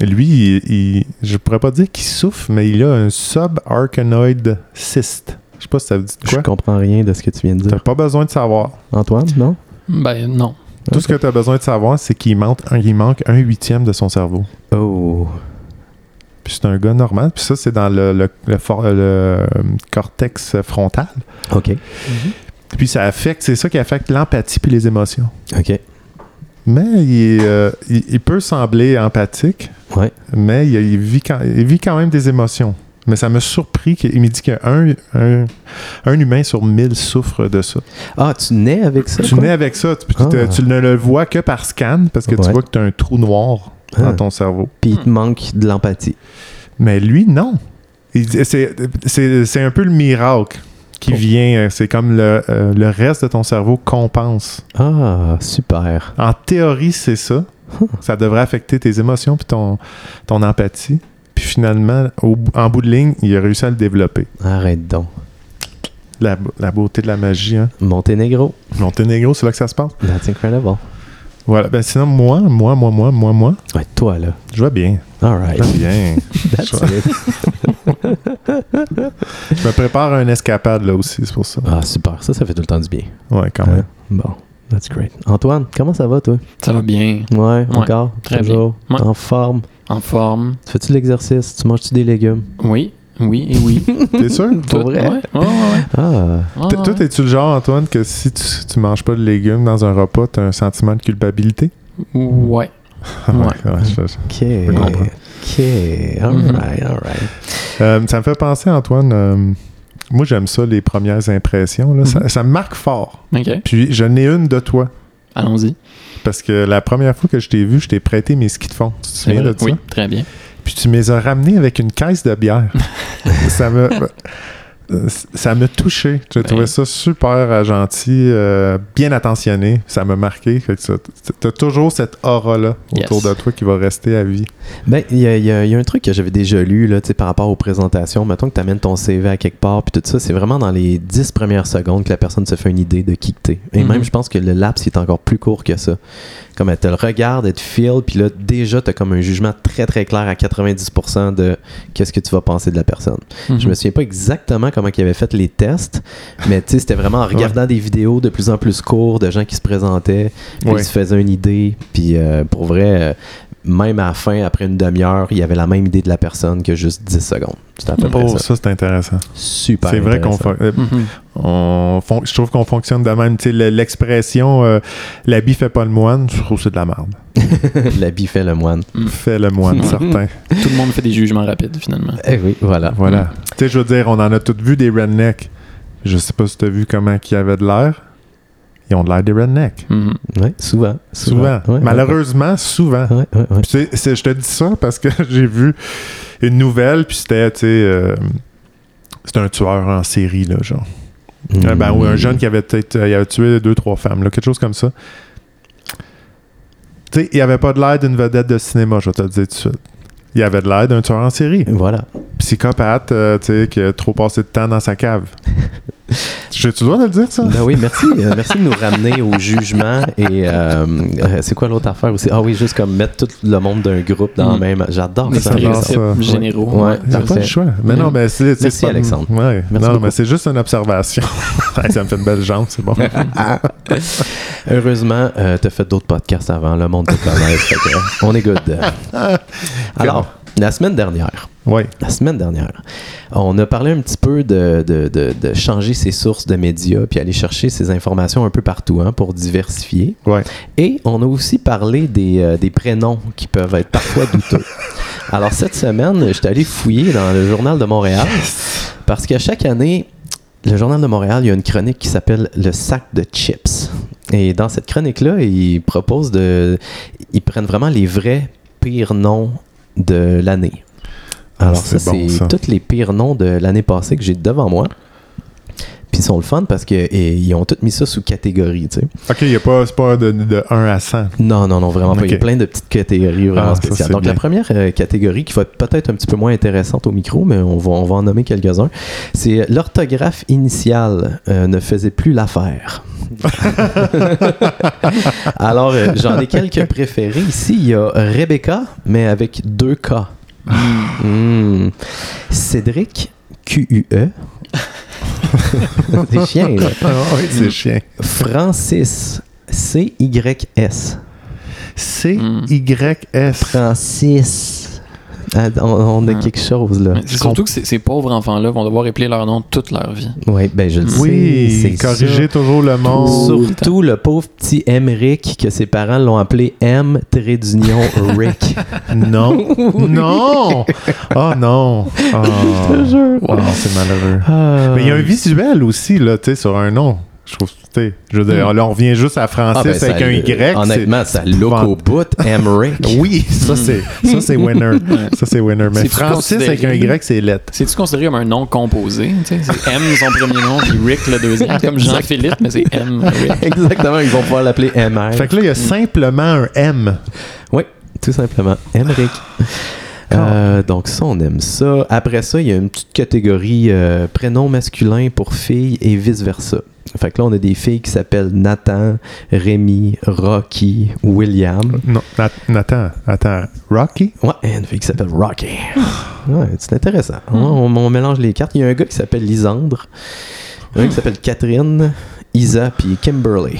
B: lui, il, il- je pourrais pas dire qu'il souffre, mais il a un subarachnoid cyste. Je sais pas si ça vous dit de
A: Je
B: quoi.
A: comprends rien de ce que tu viens de
B: T'as
A: dire.
B: pas besoin de savoir.
A: Antoine, non?
C: Ben non.
B: Tout ce que t'as besoin de savoir, c'est qu'il manque, un- il manque un huitième de son cerveau.
A: Oh.
B: Puis c'est un gars normal. Puis ça, c'est dans le, le- le for- le, euh, cortex frontal.
A: OK.
B: Puis ça affecte, c'est ça qui affecte l'empathie puis les émotions.
A: OK.
B: Mais il, est, euh, il- il peut sembler empathique,
A: Ouais.
B: mais il, il vit quand, il vit quand même des émotions. Mais ça m'a surpris qu'il me dit qu'un un, un humain sur mille souffre de ça.
A: Ah, tu nais avec ça?
B: Tu
A: quoi?
B: nais avec ça, tu, tu te-
A: Ah.
B: tu ne le vois que par scan parce que
A: Ouais.
B: tu vois que tu as un trou noir
A: Ah.
B: dans ton cerveau.
A: Puis il te manque de l'empathie.
B: Mais lui, non. Il dit- C'est c'est- c'est un peu le miracle qui
A: Oh.
B: vient. euh, C'est comme le, euh, le reste de ton cerveau compense.
A: Ah, super.
B: En théorie, c'est ça. ça devrait affecter tes émotions puis ton, ton empathie. Puis finalement, au, bout- en bout de ligne, il a réussi à le développer.
A: Arrête donc.
B: La, la beauté de la magie. Hein.
A: Monténégro.
B: Monténégro, c'est là que ça se passe.
A: That's incredible.
B: Voilà. Ben, sinon, moi, moi, moi, moi, moi, moi,
A: Ouais, toi, là.
B: je vois bien.
A: All right.
B: Je vois bien.
A: That's
B: Je-
A: it.
B: je me prépare à une escapade, là aussi, c'est pour ça.
A: Ah, super. Ça, ça fait tout le temps du bien.
B: Ah Ouais, quand même.
A: Hein? Bon. That's great. Antoine, comment ça va, toi?
C: Ça va bien,
A: Ouais, encore?
C: très
A: toujours,
C: bien. Ouais.
A: En forme?
C: en forme.
A: Tu fais-tu de l'exercice? Tu manges-tu des légumes?
C: Oui, oui et oui.
B: T'es sûr?
A: Pour
C: Tout-
A: vrai?
C: Ouais, ouais, ouais.
A: Ah,
C: ouais.
B: T'es- Toi,
C: Ouais,
B: es-tu le genre, Antoine, que si tu, tu manges pas de légumes dans un repas, t'as un sentiment de culpabilité?
C: Ouais.
B: Ah
C: Ouais.
B: je- je-
A: ok.
B: comprends.
A: Ok. All
C: Mhm.
A: right, all right.
B: Euh, ça me fait penser, Antoine, euh, moi j'aime ça, les premières impressions. là.
A: Mhm.
B: ça, ça me marque fort.
C: Ok,
B: Puis j'en ai une de toi.
C: allons-y.
B: Parce que la première fois que je t'ai vu, je t'ai prêté mes skis de fond. Tu te
C: C'est
B: souviens
A: Euh,
C: vrai.
B: de ça?
C: Oui, très bien.
B: Puis tu me les as ramenés avec une caisse de bière. ça me. euh, Ça m'a touché. J'ai
C: Ben.
B: trouvé ça super euh, gentil, euh, bien attentionné. Ça m'a marqué. Fait que ça- T'as toujours cette aura-là
C: Yes.
B: autour de toi qui va rester à vie.
A: Ben, il y a, il y a- il y a un truc que j'avais déjà lu là, tu sais, par rapport aux présentations. Mettons que tu amènes ton CV à quelque part, puis tout ça, c'est vraiment dans les 10 premières secondes que la personne se fait une idée de qui que t'es. Et
C: Mhm.
A: même, je pense que le laps il est encore plus court que ça. Comme elle te le regarde, elle te feel, puis là, déjà, tu as comme un jugement très très clair à 90% de qu'est-ce que tu vas penser de la personne.
C: Mhm.
A: Je me souviens pas exactement comment ils avaient fait les tests, mais tu sais, c'était vraiment en regardant des vidéos de plus en plus courtes de gens qui se présentaient, puis
B: Ouais.
A: ils se faisaient une idée, puis euh, pour vrai, euh, même à la fin, après une demi-heure, il y avait la même idée de la personne que juste 10 secondes. C'était à peu près
B: Oh,
A: ça.
B: ça, c'est intéressant.
A: Super
B: C'est vrai qu'on
A: intéressant.
B: fon- euh,
C: Mhm.
B: on fon- je trouve qu'on fonctionne de même. Tu sais, le- L'expression euh, l'habit fait pas le moine, je trouve que c'est de la merde.
A: L'habit fait le moine.
B: Fait le moine,
C: Ouais.
B: certain.
C: Tout le monde fait des jugements rapides, finalement.
A: Eh oui, voilà.
B: Voilà. Tu sais, je veux dire, on en a toutes vu des rednecks. Je sais pas si t'as vu comment qu'ils avaient de l'air. Ils ont de l'air des rednecks.
C: Mhm.
A: Ouais, souvent.
B: Souvent.
A: Ouais, ouais,
B: Malheureusement, souvent.
A: Ouais, ouais, ouais.
B: Puis tu sais, c'est- je te dis ça parce que j'ai vu une nouvelle, puis c'était, tu sais, euh, c'était un tueur en série, là, genre. Euh, ben,
A: Mm.
B: ou
A: Hmm.
B: un jeune qui avait peut-être euh, il avait tué deux, trois femmes, là, quelque chose comme ça. Tu sais, il avait pas de l'air d'une vedette de cinéma, je vais te le dire tout de suite. Il avait de l'air d'un tueur en série.
A: Voilà.
B: Psychopathe, euh, tu sais, qui a trop passé de temps dans sa cave. J'ai-tu le droit de le dire, ça?
A: Ben oui, merci. euh, merci de nous ramener au jugement. Et euh, euh, c'est quoi l'autre affaire aussi? Ah oui, juste comme mettre tout le monde d'un groupe dans le
C: Mm.
A: même. J'adore
C: Des
A: ça.
B: J'adore
A: Alexandre.
B: ça.
C: stéréotypes généraux.
A: Ouais.
C: Ouais.
B: T'as
A: Je
B: pas le
A: sais.
B: choix. Mais non, mais c'est. c'est
A: Merci,
B: pas-
A: Alexandre.
B: Ouais.
A: Merci
B: non,
A: beaucoup.
B: mais c'est juste une observation. Hey, ça me fait une belle jambe, c'est bon.
A: Heureusement, euh, t'as fait d'autres podcasts avant. Le monde te connaît. fait que on est good. Alors, la semaine dernière.
B: Oui.
A: La semaine dernière, on a parlé un petit peu de, de- de- de changer ses sources de médias puis aller chercher ses informations un peu partout hein, pour diversifier.
B: Ouais.
A: Et on a aussi parlé des, euh, des prénoms qui peuvent être parfois douteux. Alors cette semaine, j'étais allé fouiller dans le journal de Montréal parce qu'à chaque année, le journal de Montréal, il y a une chronique qui s'appelle le sac de chips. Et dans cette chronique-là, ils proposent de, ils prennent vraiment les vrais pires noms de l'année. Alors ça,
B: Ah, C'est bon,
A: c'est
B: ça.
A: tous les pires noms de l'année passée que j'ai devant moi. Puis ils sont le fun parce qu'ils ont tous mis ça sous catégorie, tu sais.
B: Ok, il n'y a pas, c'est pas de, de 1 à 100.
A: Non, non, non, vraiment pas. Il y a
B: Ok.
A: plein de petites catégories vraiment
B: Ah, ça,
A: spéciales.
B: c'est
A: Donc, la
B: bien.
A: première euh, catégorie qui va être peut-être un petit peu moins intéressante au micro, mais on va, on va en nommer quelques-uns, c'est euh, l'orthographe initiale euh, ne faisait plus l'affaire. Alors, euh, j'en ai quelques préférés ici. Il y a Rebecca, mais avec deux K. Hmm. Cédric, E. Q-U-E. c'est chien, là.
B: Ah oui, c'est chiant.
A: Francis, C-Y-S.
B: C-Y-S.
A: Francis. Ah, on, on a
C: Ouais.
A: quelque chose là.
C: Mais C'est surtout que ces, ces pauvres enfants-là vont devoir épeler leur nom toute leur vie.
A: Oui, ben je le sais.
B: Oui,
A: c'est
B: corriger
A: ça.
B: toujours le monde.
A: Surtout le pauvre petit Emric que ses parents l'ont appelé M trait d'union Rick.
B: Non. non. Oh non. Oh. Oh, c'est malheureux.
A: Ah.
B: Mais il y a un visuel aussi, là, tu sais, sur un nom. Je trouve, tu sais, je veux dire, là, on revient juste à
A: Ah, ben,
B: Francis
A: ça-
B: avec un Y. c'est-
A: Honnêtement, ça look
B: épouvantable.
A: au bout, Emric.
B: Oui, ça c'est ça c'est winner. Ça c'est winner. Mais
C: C'est-tu
B: Francis avec un
C: considéré?
B: Y, c'est lettre.
C: C'est-tu considéré comme un nom composé? Tu sais, C'est M son premier nom, puis Rick le deuxième. Comme Jean-Philippe, mais c'est M. Rick.
A: Exactement, ils vont pouvoir l'appeler MR.
B: Fait que là, il y a simplement un M.
A: Oui, tout simplement. Emric. Euh, donc ça, on aime ça. Après ça, il y a une petite catégorie euh, prénom masculin pour filles et vice-versa. Fait que là, on a des filles qui s'appellent Nathan, Rémi, Rocky, William.
B: Non, Nat- Nathan, attends, Rocky?
A: Ouais, et une fille qui s'appelle Rocky. Ouais, c'est intéressant. On, on- on mélange les cartes. Il y a un gars qui s'appelle Lisandre, un gars qui s'appelle Catherine, Isa, puis Kimberly.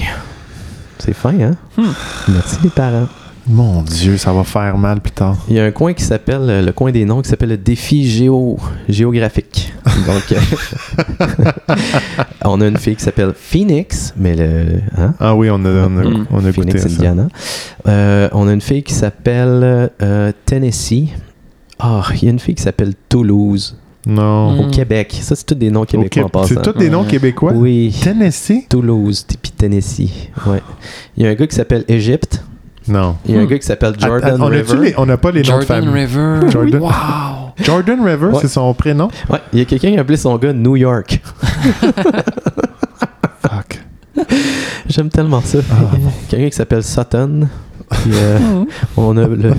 A: C'est fin, hein? Merci les parents.
B: Mon Dieu, ça va faire mal plus tard.
A: Il y a un coin qui s'appelle, euh, le coin des noms, qui s'appelle le défi géo, géographique. Donc, euh, on a une fille qui s'appelle Phoenix, mais le. Hein?
B: Ah oui, on a, on a,
C: Mm.
B: on a goûté
A: Phoenix,
B: à ça.
A: Indiana. Euh, on a une fille qui s'appelle euh, Tennessee. Ah, il y a une fille qui s'appelle Toulouse,
B: Non.
C: Mm.
A: au Québec. Ça, c'est tous des noms québécois
B: Ok,
A: en passant.
B: C'est tous des noms
C: Ouais.
B: québécois?
A: Oui.
B: Tennessee?
A: Toulouse, t- puis Tennessee. Ouais. Il y a un gars qui s'appelle Égypte.
B: Non.
A: Il y a un
C: Hmm.
A: gars qui s'appelle
B: Attends,
A: Jordan
B: Ah, on a-tu
A: River.
B: les- on n'a pas les noms de
C: Jordan
B: famille.
C: River.
B: Jordan-
C: Wow.
B: Jordan River,
A: Ouais.
B: c'est son prénom?
A: Ouais, il y a quelqu'un qui a appelé son gars New York.
B: Fuck.
A: J'aime tellement ça. Quelqu'un qui s'appelle Sutton. Puis, euh, on a le...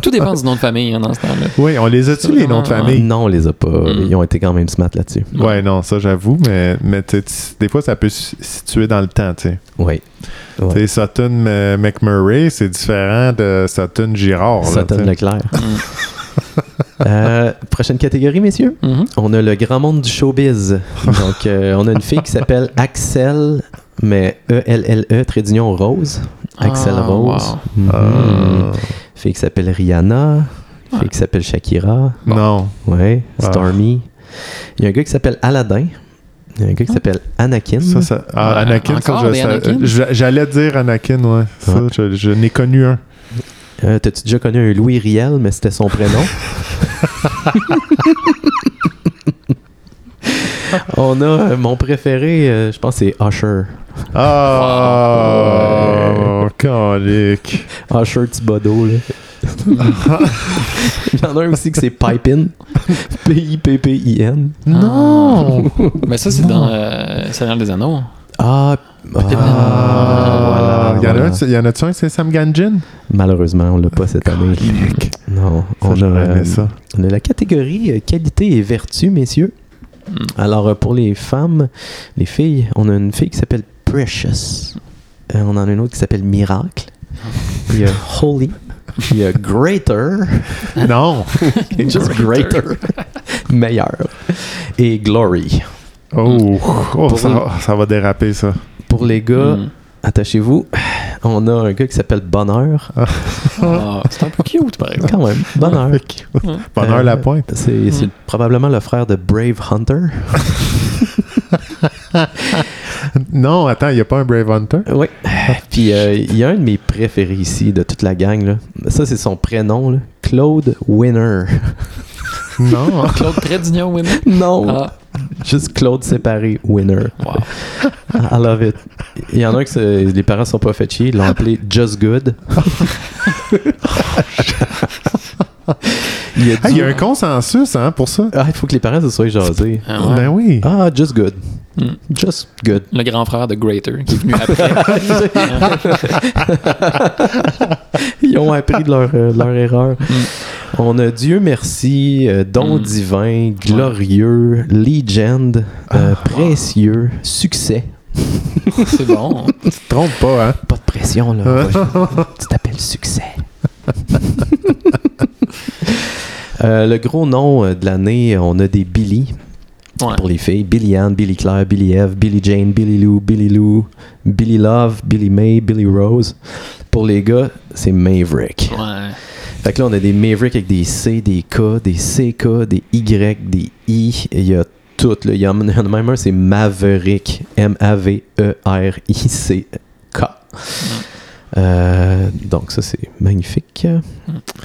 C: Tout dépend du nom de famille hein, dans ce temps-là.
B: Oui, on les a-tu les noms de famille?
A: Non, on les a pas.
C: Hmm.
A: Ils ont été quand même smart là-dessus.
C: Non.
B: Ouais, non, ça j'avoue, mais, mais tu sais, tu- des fois ça peut se situer dans le temps, tu sais.
A: Oui. Ouais.
B: Tu sais, Sutton euh, McMurray, c'est différent de Sutton Girard. là,
A: Sutton
B: tu sais.
A: Leclerc.
C: Mm. Mm-hmm.
A: Euh, prochaine catégorie, messieurs.
C: Mhm.
A: On a le grand monde du showbiz. Donc, euh, on a une fille qui s'appelle Axel, mais E E-L-L-E, trait d'union rose. Axel
C: Ah,
A: Rose.
C: wow.
A: Mhm.
B: Ah.
A: Fille qui s'appelle Rihanna. Fille
C: Ouais.
A: qui s'appelle Shakira.
B: Non.
A: Ouais.
B: Ah.
A: Stormy. Il y a un gars qui s'appelle Aladdin. Il y a un gars qui s'appelle Anakin.
B: Ça, ça- ah,
C: Ouais,
B: Anakin, ça,
C: encore
B: je-
C: des
B: ça-
C: Anakin?
B: je- j'allais dire Anakin, ouais. Ça,
A: Ouais.
B: je, je n'ai connu un.
A: Euh, T'as-tu déjà connu un Louis Riel, mais c'était son prénom? On a euh, mon préféré, euh, je pense, c'est Usher.
B: Ah, oh, calique.
A: Usher Thibodeau, là. Il y en a un aussi que c'est Pipin. P-I-P-P-I-N.
B: Non!
C: Mais ça, c'est dans euh, Seigneur des Anneaux.
A: Ah,
B: Ah,
A: ah, voilà,
B: y en a
A: voilà.
B: un, tu- y en a-tu un, que c'est Sam Ganjin?
A: Malheureusement, on l'a pas cette année. Non,
B: Ça,
A: on a,
B: j'aurais
A: euh,
B: aimé ça.
A: On a la catégorie euh, qualité et vertu, messieurs.
C: Mm.
A: Alors, euh, pour les femmes, les filles, on a une fille qui s'appelle Precious. Euh, on en a une autre qui s'appelle Miracle. Il y a Holy. Il y a Greater.
B: Non!
A: Et Just
C: Greater.
A: Greater. Meilleur. Et Glory.
B: Oh, oh,
A: Pour
B: ça,
A: une-
B: va- ça va déraper, ça.
A: Pour les gars,
C: Mm.
A: attachez-vous, on a un gars qui s'appelle Bonheur.
C: Ah, Mm. c'est un peu cute, par exemple.
A: Quand même, Bonheur.
B: Bonheur
A: Euh,
B: la pointe.
A: C'est c'est
C: Mm.
A: probablement le frère de Brave Hunter.
B: Non, attends, il n'y a pas un Brave Hunter?
A: Oui. Puis euh, il y a un de mes préférés ici de toute la gang. Là. Ça, c'est son prénom. là. Claude Winner.
B: Non!
C: Claude Trédignon, oui. non?
A: Non.
C: Ah,
A: Juste Claude séparé Winner.
C: wow.
A: I love it. Il y en a un que c'est- les parents sont pas fait chier. Ils l'ont appelé Just Good. il y a
B: Ah,
A: du-
B: il y a un consensus, hein, pour ça?
A: Ah, il faut que les parents se soient jasés.
C: Ah ouais.
B: Ben oui.
A: Ah, Just Good.
C: Mm.
A: Just Good.
C: Le grand frère de Greater qui est venu après.
A: Ils ont appris de leur, euh, leur erreur. On a Dieu merci, euh, don
C: Mm.
A: divin, glorieux, legend,
C: Ah,
A: euh, précieux, succès.
C: c'est bon.
B: Tu te trompes pas, hein?
A: Pas de pression, là. Ouais. tu t'appelles succès. Euh, le gros nom euh, de l'année, on a des Billy
C: Ouais.
A: pour les filles. Billy Ann, Billy Claire, Billy Eve, Billy Jane, Billy Lou, Billy Lou, Billy Love, Billy May, Billy Rose. Pour les gars, c'est Maverick.
C: Ouais.
A: Fait que là, on a des Maverick avec des C, des K, des CK, des Y, des I. et Il y a tout. Là. Il y en il y en a même un, c'est Maverick. E M-A-V-E-R-I-C-K. Euh, donc, ça, c'est magnifique.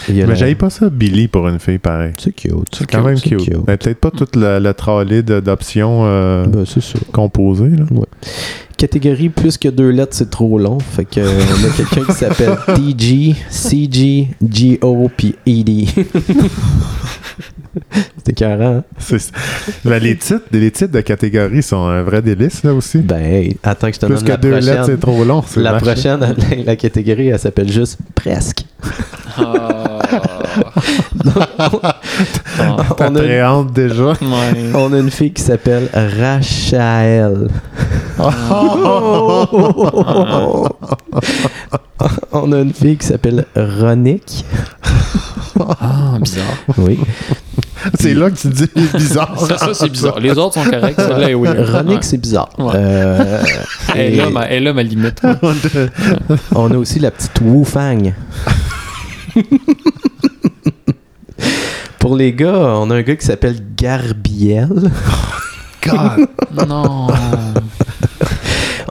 A: Il y a
B: Mais
A: la-
B: j'aille pas ça, Billy, pour une fille pareille.
A: C'est cute.
B: C'est quand même
A: c'est
B: cute. Mais peut-être pas toute la, la trolley de- d'options euh,
A: Ben, c'est ça.
B: composées. Là.
A: Catégorie plus que deux lettres, c'est trop long. Fait que euh, on a quelqu'un qui s'appelle TG, CG, GO puis ED. E C'est écœurant. hein?
B: C'est- là, les, titres, les titres de catégorie sont un vrai délice, là aussi.
A: Ben, hey, attends que je te
B: Plus
A: donne
B: que
A: la
B: deux lettres,
A: prochaine.
B: c'est trop long. c'est
A: La
B: vache.
A: prochaine, la, la catégorie, elle s'appelle juste presque.
C: Ah.
B: T'as
A: On a-
B: très hâte déjà.
C: Ouais.
A: On a une fille qui s'appelle Rachel. On a une fille qui s'appelle Ronick.
C: Ah, bizarre.
A: Oui.
B: C'est là que tu dis c'est bizarre.
C: Ça, ça, c'est bizarre. Les autres sont corrects. Celle-là est weird.
A: Ronick,
C: Ouais.
A: c'est bizarre.
C: Ouais.
A: Euh,
C: Elle est
A: et
C: là, ma, elle est là, ma limite. moi.
A: on a aussi la petite Wu Fang. Pour les gars, on a un gars qui s'appelle Garbiel.
B: God.
C: Non.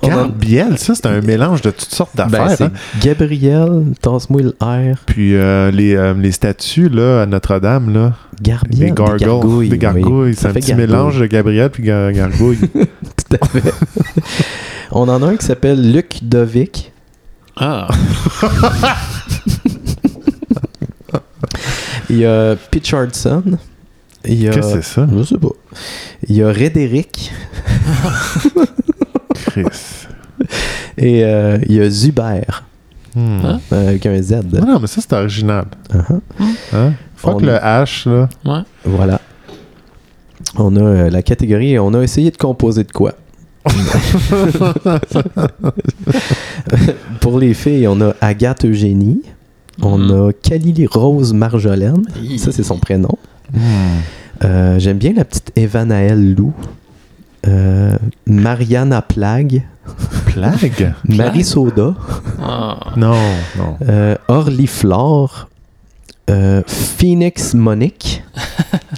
A: On a-
B: Garbiel, ça, c'est un mélange de toutes sortes
A: Ben,
B: d'affaires.
A: c'est
B: hein.
A: Gabriel, tasse-moi le R.
B: Puis euh, les, euh, les statues là, à Notre-Dame, là,
A: Garbiel.
B: les gargoyles.
A: gargouilles,
B: des
A: oui.
B: gargouilles. C'est
A: Ça
B: un
A: fait
B: petit
A: gargouille.
B: mélange de Gabriel puis gar- gargouille.
A: Tout à fait. on en a un qui s'appelle Luc Dovic.
C: Ah.
A: Il y a Pitchardson. Il y a...
B: Qu'est-ce que c'est ça?
A: Je sais pas. Il y a Rédéric.
B: Chris.
A: Et euh, il y a Zuber,
B: Hmm.
C: Hein?
A: euh, avec un Z.
B: Ah non, mais ça, c'est original.
A: Uh-huh.
B: Hein? Fuck
A: On-
B: le H, là.
C: Ouais.
A: Voilà. On a euh, la catégorie et on a essayé de composer de quoi. Pour les filles, on a Agathe Eugénie. On
B: Mm.
A: a Kalili Rose Marjolaine. Ça, c'est son prénom.
B: Hmm.
A: Euh, J'aime bien la petite Evanaël Lou. Euh, Mariana Plague.
B: Plague?
A: Marie Soda.
C: Ah.
B: Non, non.
A: Euh, Orly Flore, euh, Phoenix Monique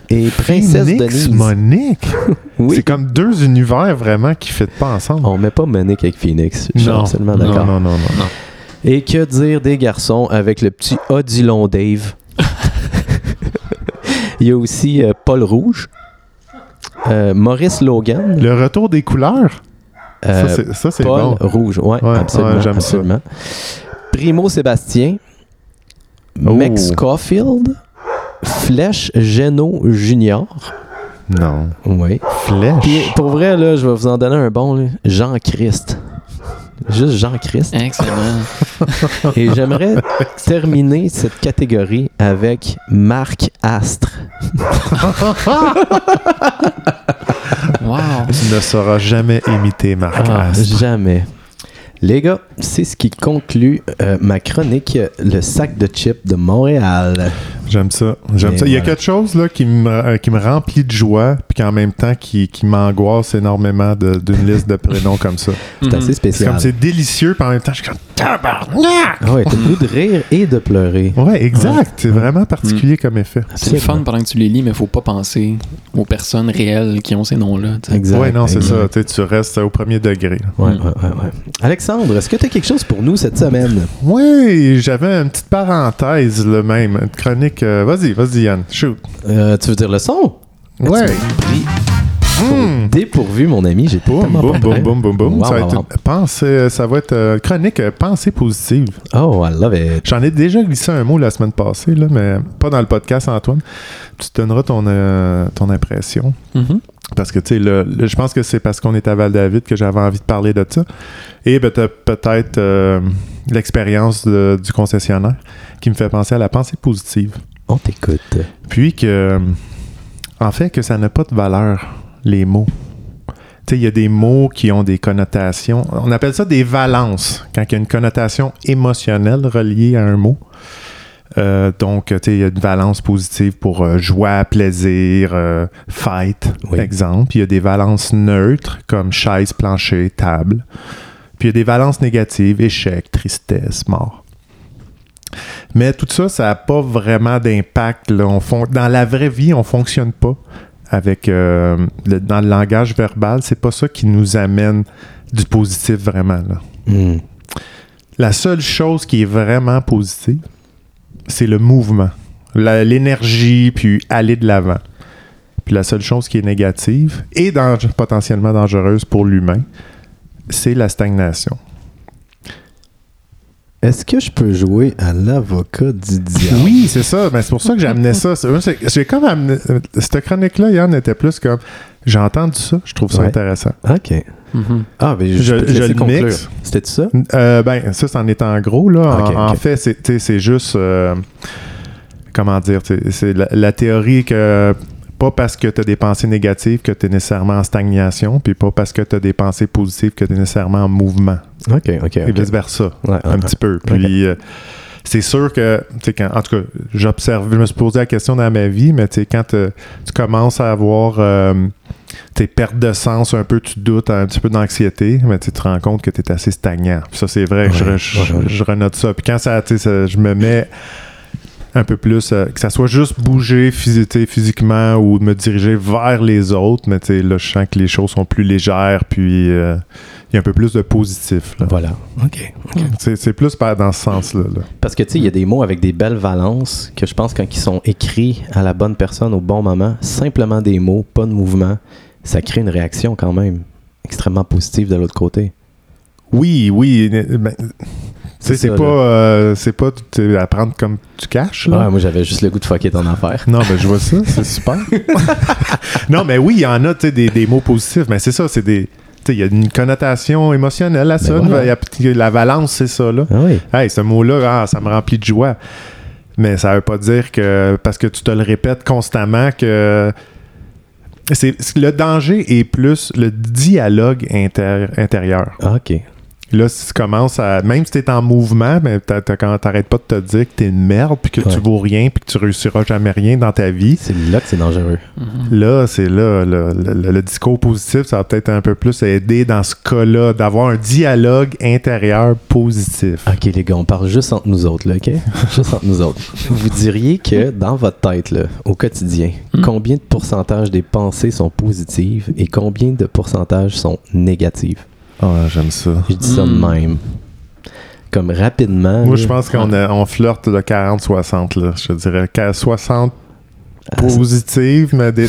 A: et Princesse Denise.
B: Phoenix Monique.
A: oui.
B: C'est comme deux univers vraiment qui ne pas ensemble.
A: On met pas Monique avec Phoenix. Je suis
B: non.
A: absolument
B: non,
A: d'accord.
B: non, non, non.
A: Et que dire des garçons avec le petit Odilon Dave Il y a aussi euh, Paul Rouge, euh, Maurice Logan,
B: Le retour des couleurs, ça,
A: euh,
B: c'est- ça c'est
A: Paul
B: bon.
A: Rouge. Ouais,
B: Ouais,
A: absolument.
B: ouais, j'aime ça.
A: absolument. Primo Sébastien,
B: Oh.
A: Max Caulfield, Flèche Geno Junior.
B: Non.
A: Oui. Puis
B: Flèche.
A: pour vrai, là, je vais vous en donner un bon. là. Jean-Christ. Juste Jean-Christ.
C: Excellent.
A: Et j'aimerais terminer cette catégorie avec Marc Astre.
C: Wow.
B: Tu ne sauras jamais imiter Marc
A: Ah,
B: Astre.
A: jamais. Les gars, c'est ce qui conclut euh, ma chronique euh, Le sac de chips de Montréal.
B: J'aime ça. J'aime
A: Mais
B: ça. Il y a
A: voilà.
B: quelque chose là, qui, me, euh, qui me remplit de joie, puis qu'en même temps qui, qui m'angoisse énormément de- d'une liste de prénoms comme ça.
C: Mhm.
A: C'est assez
B: C'est comme
A: spécial.
B: c'est délicieux, puis en même temps, je suis comme tabarnak!
A: Ah ouais, t'as le goût de rire et de pleurer.
B: Ouais, exact. C'est vraiment
A: Mm.
B: particulier comme effet.
C: C'est le fun
A: Absolument.
C: pendant que tu les lis, mais faut pas penser aux personnes réelles qui ont ces noms-là. tu sais.
A: Exact.
B: ouais, non, c'est
A: exact.
B: ça. Tu sais, tu restes au premier degré. là.
A: Ouais, ouais, ouais, ouais. Alexandre, est-ce que t'as quelque chose pour nous cette semaine?
B: Oui, j'avais une petite parenthèse, le même. Une chronique. euh, vas-y, vas-y, Yann. Shoot.
A: Euh, tu veux dire le son?
B: Ouais.
A: Tu m'as pris pour
B: Hmm.
A: dépourvu, mon ami. J'étais
B: Boum,
A: tellement
B: boum,
A: pas
B: boum,
A: prêt.
B: boum, boum, boum.
A: Wow,
B: Ça va
A: wow,
B: être
A: wow.
B: une pensée- euh, ça va être euh, chronique euh, pensée positive.
A: Oh, I love it.
B: J'en ai déjà glissé un mot la semaine passée, là, mais pas dans le podcast, Antoine. Tu te donneras ton, euh, ton impression.
C: Mhm.
B: Parce que, tu sais, le- le- je pense que c'est parce qu'on est à Val-David que j'avais envie de parler de ça. Et ben, t'as peut-être euh, l'expérience de- du concessionnaire qui me fait penser à la pensée positive.
A: On t'écoute.
B: Puis que, en fait, que ça n'a pas de valeur, les mots. Tu sais, il y a des mots qui ont des connotations. On appelle ça des valences, quand il y a une connotation émotionnelle reliée à un mot. Euh, donc, tu sais, il y a une valence positive pour euh, joie, plaisir, euh, fête,
A: Oui.
B: exemple. Il y a des valences neutres, comme chaise, plancher, table. Puis il y a des valences négatives, échec, tristesse, mort. Mais tout ça, ça n'a pas vraiment d'impact. là. On fon- Dans la vraie vie, on fonctionne pas avec euh, le- dans le langage verbal. C'est pas ça qui nous amène du positif vraiment. là.
A: Hmm.
B: La seule chose qui est vraiment positive, c'est le mouvement, La- l'énergie, puis aller de l'avant. Puis la seule chose qui est négative et dange- potentiellement dangereuse pour l'humain, c'est la stagnation.
A: Est-ce que je peux jouer à l'avocat du diable?
B: Oui, c'est ça. Mais c'est pour ça que j'amenais ça. C'est- moi, c'est- J'ai comme amené. Cette chronique-là, Yann, était plus comme. J'ai entendu ça, je trouve ça
A: Ouais.
B: intéressant.
A: OK.
C: Mhm.
A: Ah, mais je,
B: Je-
A: peux te
B: je
A: laisser
B: le
A: conclure.
B: mixe.
A: C'était ça?
B: Euh, ben, ça, c'en est en gros, là. En-
A: Ok,
B: en
A: ok.
B: fait, c'est tu sais, c'est juste. euh, comment dire tu sais, C'est la, la théorie que. Pas parce que tu as des pensées négatives que tu es nécessairement en stagnation, puis pas parce que tu as des pensées positives que tu es nécessairement en mouvement.
A: OK, OK. ok.
B: Et vice-versa.
A: Ouais, ouais,
B: un petit peu. Puis euh, c'est sûr que, tu sais, quand- en tout cas, j'observe, je me suis posé la question dans ma vie, mais tu sais, quand euh, tu commences à avoir euh, tes pertes de sens un peu, tu doutes, un petit peu d'anxiété, mais tu sais, tu te rends compte que tu es assez stagnant. Puis ça, c'est vrai, que je,
A: Ouais,
B: re- je-
A: ouais, ouais.
B: je renote ça. Puis quand ça, tu sais, ça- je me mets un peu plus, euh, que ça soit juste bouger phys- tu sais, physiquement ou me diriger vers les autres, mais tu sais, là, je sens que les choses sont plus légères, puis euh, il y a un peu plus de positif. là.
A: Voilà. OK.
B: C'est c'est plus par- dans ce sens-là. là.
A: Parce que, tu sais, il y a des mots avec des belles valences que je pense, quand ils sont écrits à la bonne personne au bon moment, simplement des mots, pas de mouvement, ça crée une réaction quand même extrêmement positive de l'autre côté.
B: Oui, oui. euh, ben, tu sais,
A: C'est
B: c'est
A: ça,
B: pas,
A: là.
B: euh, c'est pas tu sais, à prendre comme tu caches. Là.
A: Ouais, moi, j'avais juste le goût de fucker ton affaire.
B: Non, mais je vois ça, c'est super. non, mais oui, il y en a tu sais, des, des mots positifs, mais c'est ça, c'est des. tu sais, Il y a une connotation émotionnelle à ça.
A: voilà.
B: une- il y a petit- La valence, c'est ça. Là.
A: Ah oui.
B: Hey, ce mot-là, ah, ça me remplit de joie. Mais ça veut pas dire que parce que tu te le répètes constamment que c'est le danger est plus le dialogue inter- intérieur.
A: Ah, OK.
B: Là, si tu commences à. Même si tu es en mouvement, mais t'a- t'a- quand t'arrêtes pas de te dire que t'es une merde, puis que
A: Ouais.
B: tu vaux rien, puis que tu réussiras jamais rien dans ta vie,
A: C'est là que c'est dangereux.
B: là, c'est là. Le, le- le discours positif, ça va peut-être un peu plus aider dans ce cas-là, d'avoir un dialogue intérieur positif.
A: OK, les gars, on parle juste entre nous autres, là, OK? Juste entre nous autres. Vous diriez que dans votre tête, là, au quotidien,
C: Mm.
A: combien de pourcentage des pensées sont positives et combien de pourcentages sont négatives?
B: Ah, j'aime ça.
A: Je dis ça de
C: Mm.
A: même. Comme rapidement. là,
B: Moi, je pense qu'on a- on flirte le 40-60, là. Je te dirais qu'à 60 Ah,
A: à-
B: positive, mais, des-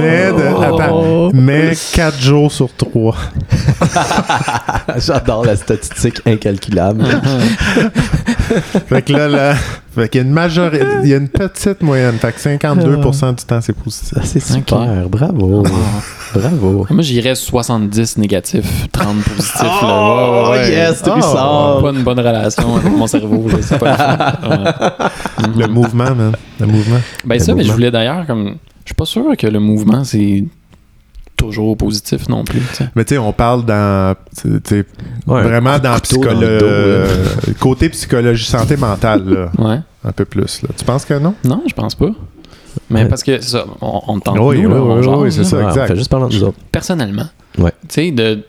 B: mais, de- attends, mais 4 jours sur 3.
A: J'adore la statistique incalculable.
C: Ah,
B: Fait que là, là fait qu'il y a une majorité, il y a une petite moyenne. Fait que 52% du temps, c'est positif.
A: Ah, C'est super. Bravo. Bravo.
C: Moi, j'irais 70 négatifs, 30 positifs. là.
A: Oh,
C: Ouais, ouais, ouais.
A: yes, tu
B: Oh.
A: sors.
C: Pas une bonne relation avec mon cerveau. là. C'est pas une bonne- ouais.
B: Le mouvement, man. Le mouvement.
C: Ben
A: Le
C: ça, mais je
A: mouvement.
C: voulais d'ailleurs comme. Je suis pas sûr que le mouvement c'est toujours positif non plus. tu sais.
B: Mais tu sais, on parle dans. tu sais,
A: Ouais, un
B: vraiment dans,
A: couteau dans
B: psycholo-
A: le dos, là.
B: euh, côté psychologie, santé mentale, là,
C: Ouais.
B: un peu plus. Là. Tu penses que non?
C: Non, je pense pas. Mais
A: Ouais.
C: parce que c'est ça, on, on tente
B: Euh, Oui,
C: nous, là,
B: oui,
C: on
B: oui,
C: jase,
B: oui, c'est
C: là.
B: ça,
A: Ouais, Ah, on
B: exact.
A: fait juste parler entre nous autres.
C: Personnellement.
A: Ouais.
C: Tu sais, de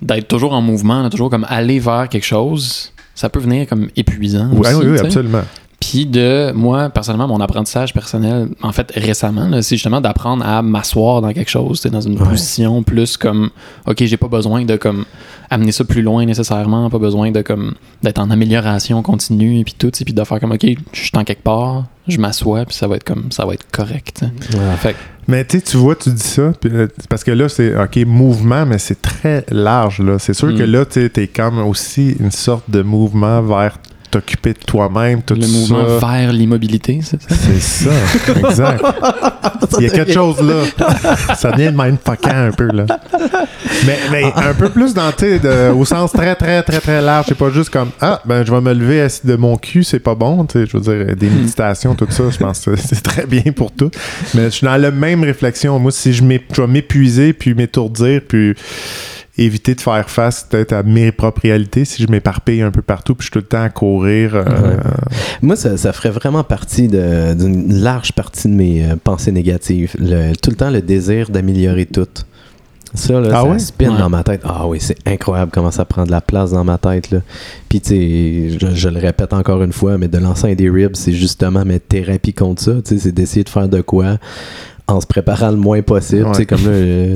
C: d'être toujours en mouvement, là, toujours comme aller vers quelque chose, ça peut venir comme épuisant.
B: Oui,
C: aussi,
B: oui,
C: tu
B: oui,
C: sais.
B: absolument.
C: Puis de moi, personnellement, mon apprentissage personnel, en fait, récemment, là, c'est justement d'apprendre à m'asseoir dans quelque chose, tu sais, dans une
A: Ouais.
C: position plus comme OK, j'ai pas besoin de comme amener ça plus loin nécessairement, pas besoin de comme d'être en amélioration continue et puis tout, tu sais, puis de faire comme OK, je suis en quelque part, je m'assois, puis ça va être comme ça va être correct. tu sais.
A: Ouais.
C: Fait que,
B: Mais tu sais, tu vois, tu dis ça, puis, euh, parce que là, c'est OK, mouvement, mais c'est très large. là. C'est sûr
C: Mm.
B: que là, tu es comme aussi une sorte de mouvement vers t'occuper de toi-même, tout
C: le
B: ça.
C: mouvement vers l'immobilité, c'est ça?
B: C'est ça, exact. Il y a quelque chose là. Ça devient même fuckant un peu là. Mais, mais un peu plus dans, tu sais, de- au sens très, très, très, très large. C'est pas juste comme Ah, ben je vais me lever assis de mon cul, c'est pas bon. Tu sais, je veux dire, des méditations, tout ça, je pense que c'est très bien pour tout. Mais je suis dans la même réflexion. Moi, si je, m'ép- je vais m'épuiser, puis m'étourdir, puis éviter de faire face peut-être à mes propres réalités si je m'éparpille un peu partout puis je suis tout le temps à courir euh,
A: Ouais. Moi, ça, ça ferait vraiment partie de- d'une large partie de mes euh, pensées négatives. Le- tout le temps, le désir d'améliorer tout. Ça, là,
B: Ah
A: ça
B: ouais?
A: spin
C: Ouais.
A: dans ma tête. Ah oui, c'est incroyable comment ça prend de la place dans ma tête. Là. Puis, tu sais, je, je le répète encore une fois, mais de lancer des ribs, c'est justement ma thérapie contre ça. Tu sais, c'est d'essayer de faire de quoi en se préparant le moins possible. Tu sais,
B: Ouais.
A: comme là. euh,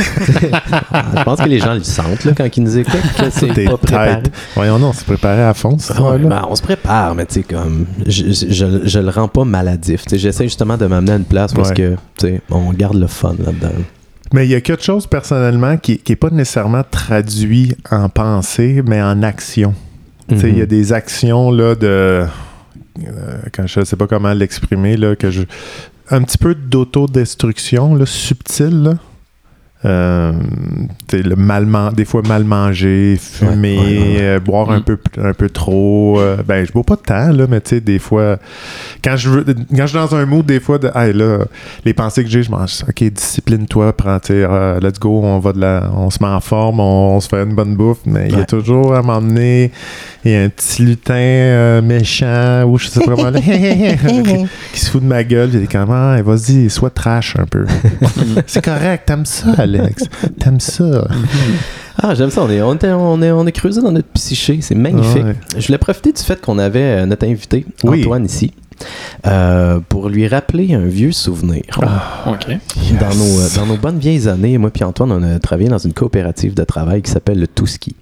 A: je pense que les gens le sentent là, quand ils nous écoutent. que
B: Tout
A: C'est
B: est
A: pas préparé.
B: tight. Voyons, non, on s'est préparé à fond, ça.
A: Ah ouais, ben, on se prépare, mais tu sais, comme. Je, je, je- je le rends pas maladif. Tu sais, J'essaie justement de m'amener à une place où est-ce
B: Ouais.
A: que, tu sais, on garde le fun là-dedans.
B: Mais il y a quelque chose personnellement qui n'est pas nécessairement traduit en pensée, mais en action. Tu sais, Il
A: Mhm.
B: y a des actions là, de. euh, quand je ne sais pas comment l'exprimer, là, que je. Un petit peu d'autodestruction là, subtile. là. Euh, tu sais, le mal man- des fois mal manger, fumer,
A: Ouais, ouais, ouais, ouais.
B: euh, boire un,
C: Mm.
B: peu, un peu trop. euh, ben, je bois pas de temps, là, mais tu sais, des fois, quand je veux, quand je suis dans un mood, des fois, de, hey, là, les pensées que j'ai, je mange, ok, discipline-toi, prends, tu sais, euh, let's go, on va de la, on se met en forme, on, on se fait une bonne bouffe, mais il y
A: Ouais.
B: a toujours à m'emmener, il y a un petit lutin euh, méchant, ou je sais pas comment, là, qui se fout de ma gueule, puis il est comme, ah, vas-y, sois trash un peu. C'est correct, t'aimes ça, Alex, t'aimes ça.
A: Ah, j'aime ça. On est, on, était- on est, on est creusé dans notre psyché. C'est magnifique.
B: Ouais.
A: Je voulais profiter du fait qu'on avait euh, notre invité,
B: Oui.
A: Antoine, ici, euh, pour lui rappeler un vieux souvenir.
B: Ah,
C: OK.
A: Dans, nos, euh, dans nos bonnes vieilles années, moi puis Antoine, on a travaillé dans une coopérative de travail qui s'appelle le Touski.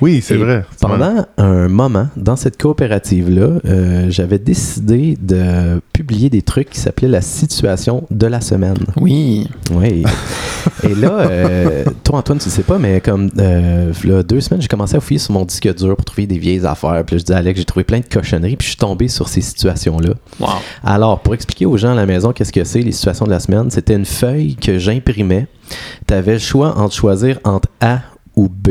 B: Oui, c'est
A: Et
B: vrai.
A: Pendant un moment, dans cette coopérative-là, euh, j'avais décidé de publier des trucs qui s'appelaient la situation de la semaine.
C: Oui.
A: Oui. Et là, euh, toi, Antoine, tu le sais pas, mais comme euh, v'là deux semaines, j'ai commencé à fouiller sur mon disque dur pour trouver des vieilles affaires. Puis là, je dis à Alex, j'ai trouvé plein de cochonneries, puis je suis tombé sur ces situations-là.
C: Wow.
A: Alors, pour expliquer aux gens à la maison qu'est-ce que c'est les situations de la semaine, c'était une feuille que j'imprimais. Tu avais le choix entre choisir entre A ou B.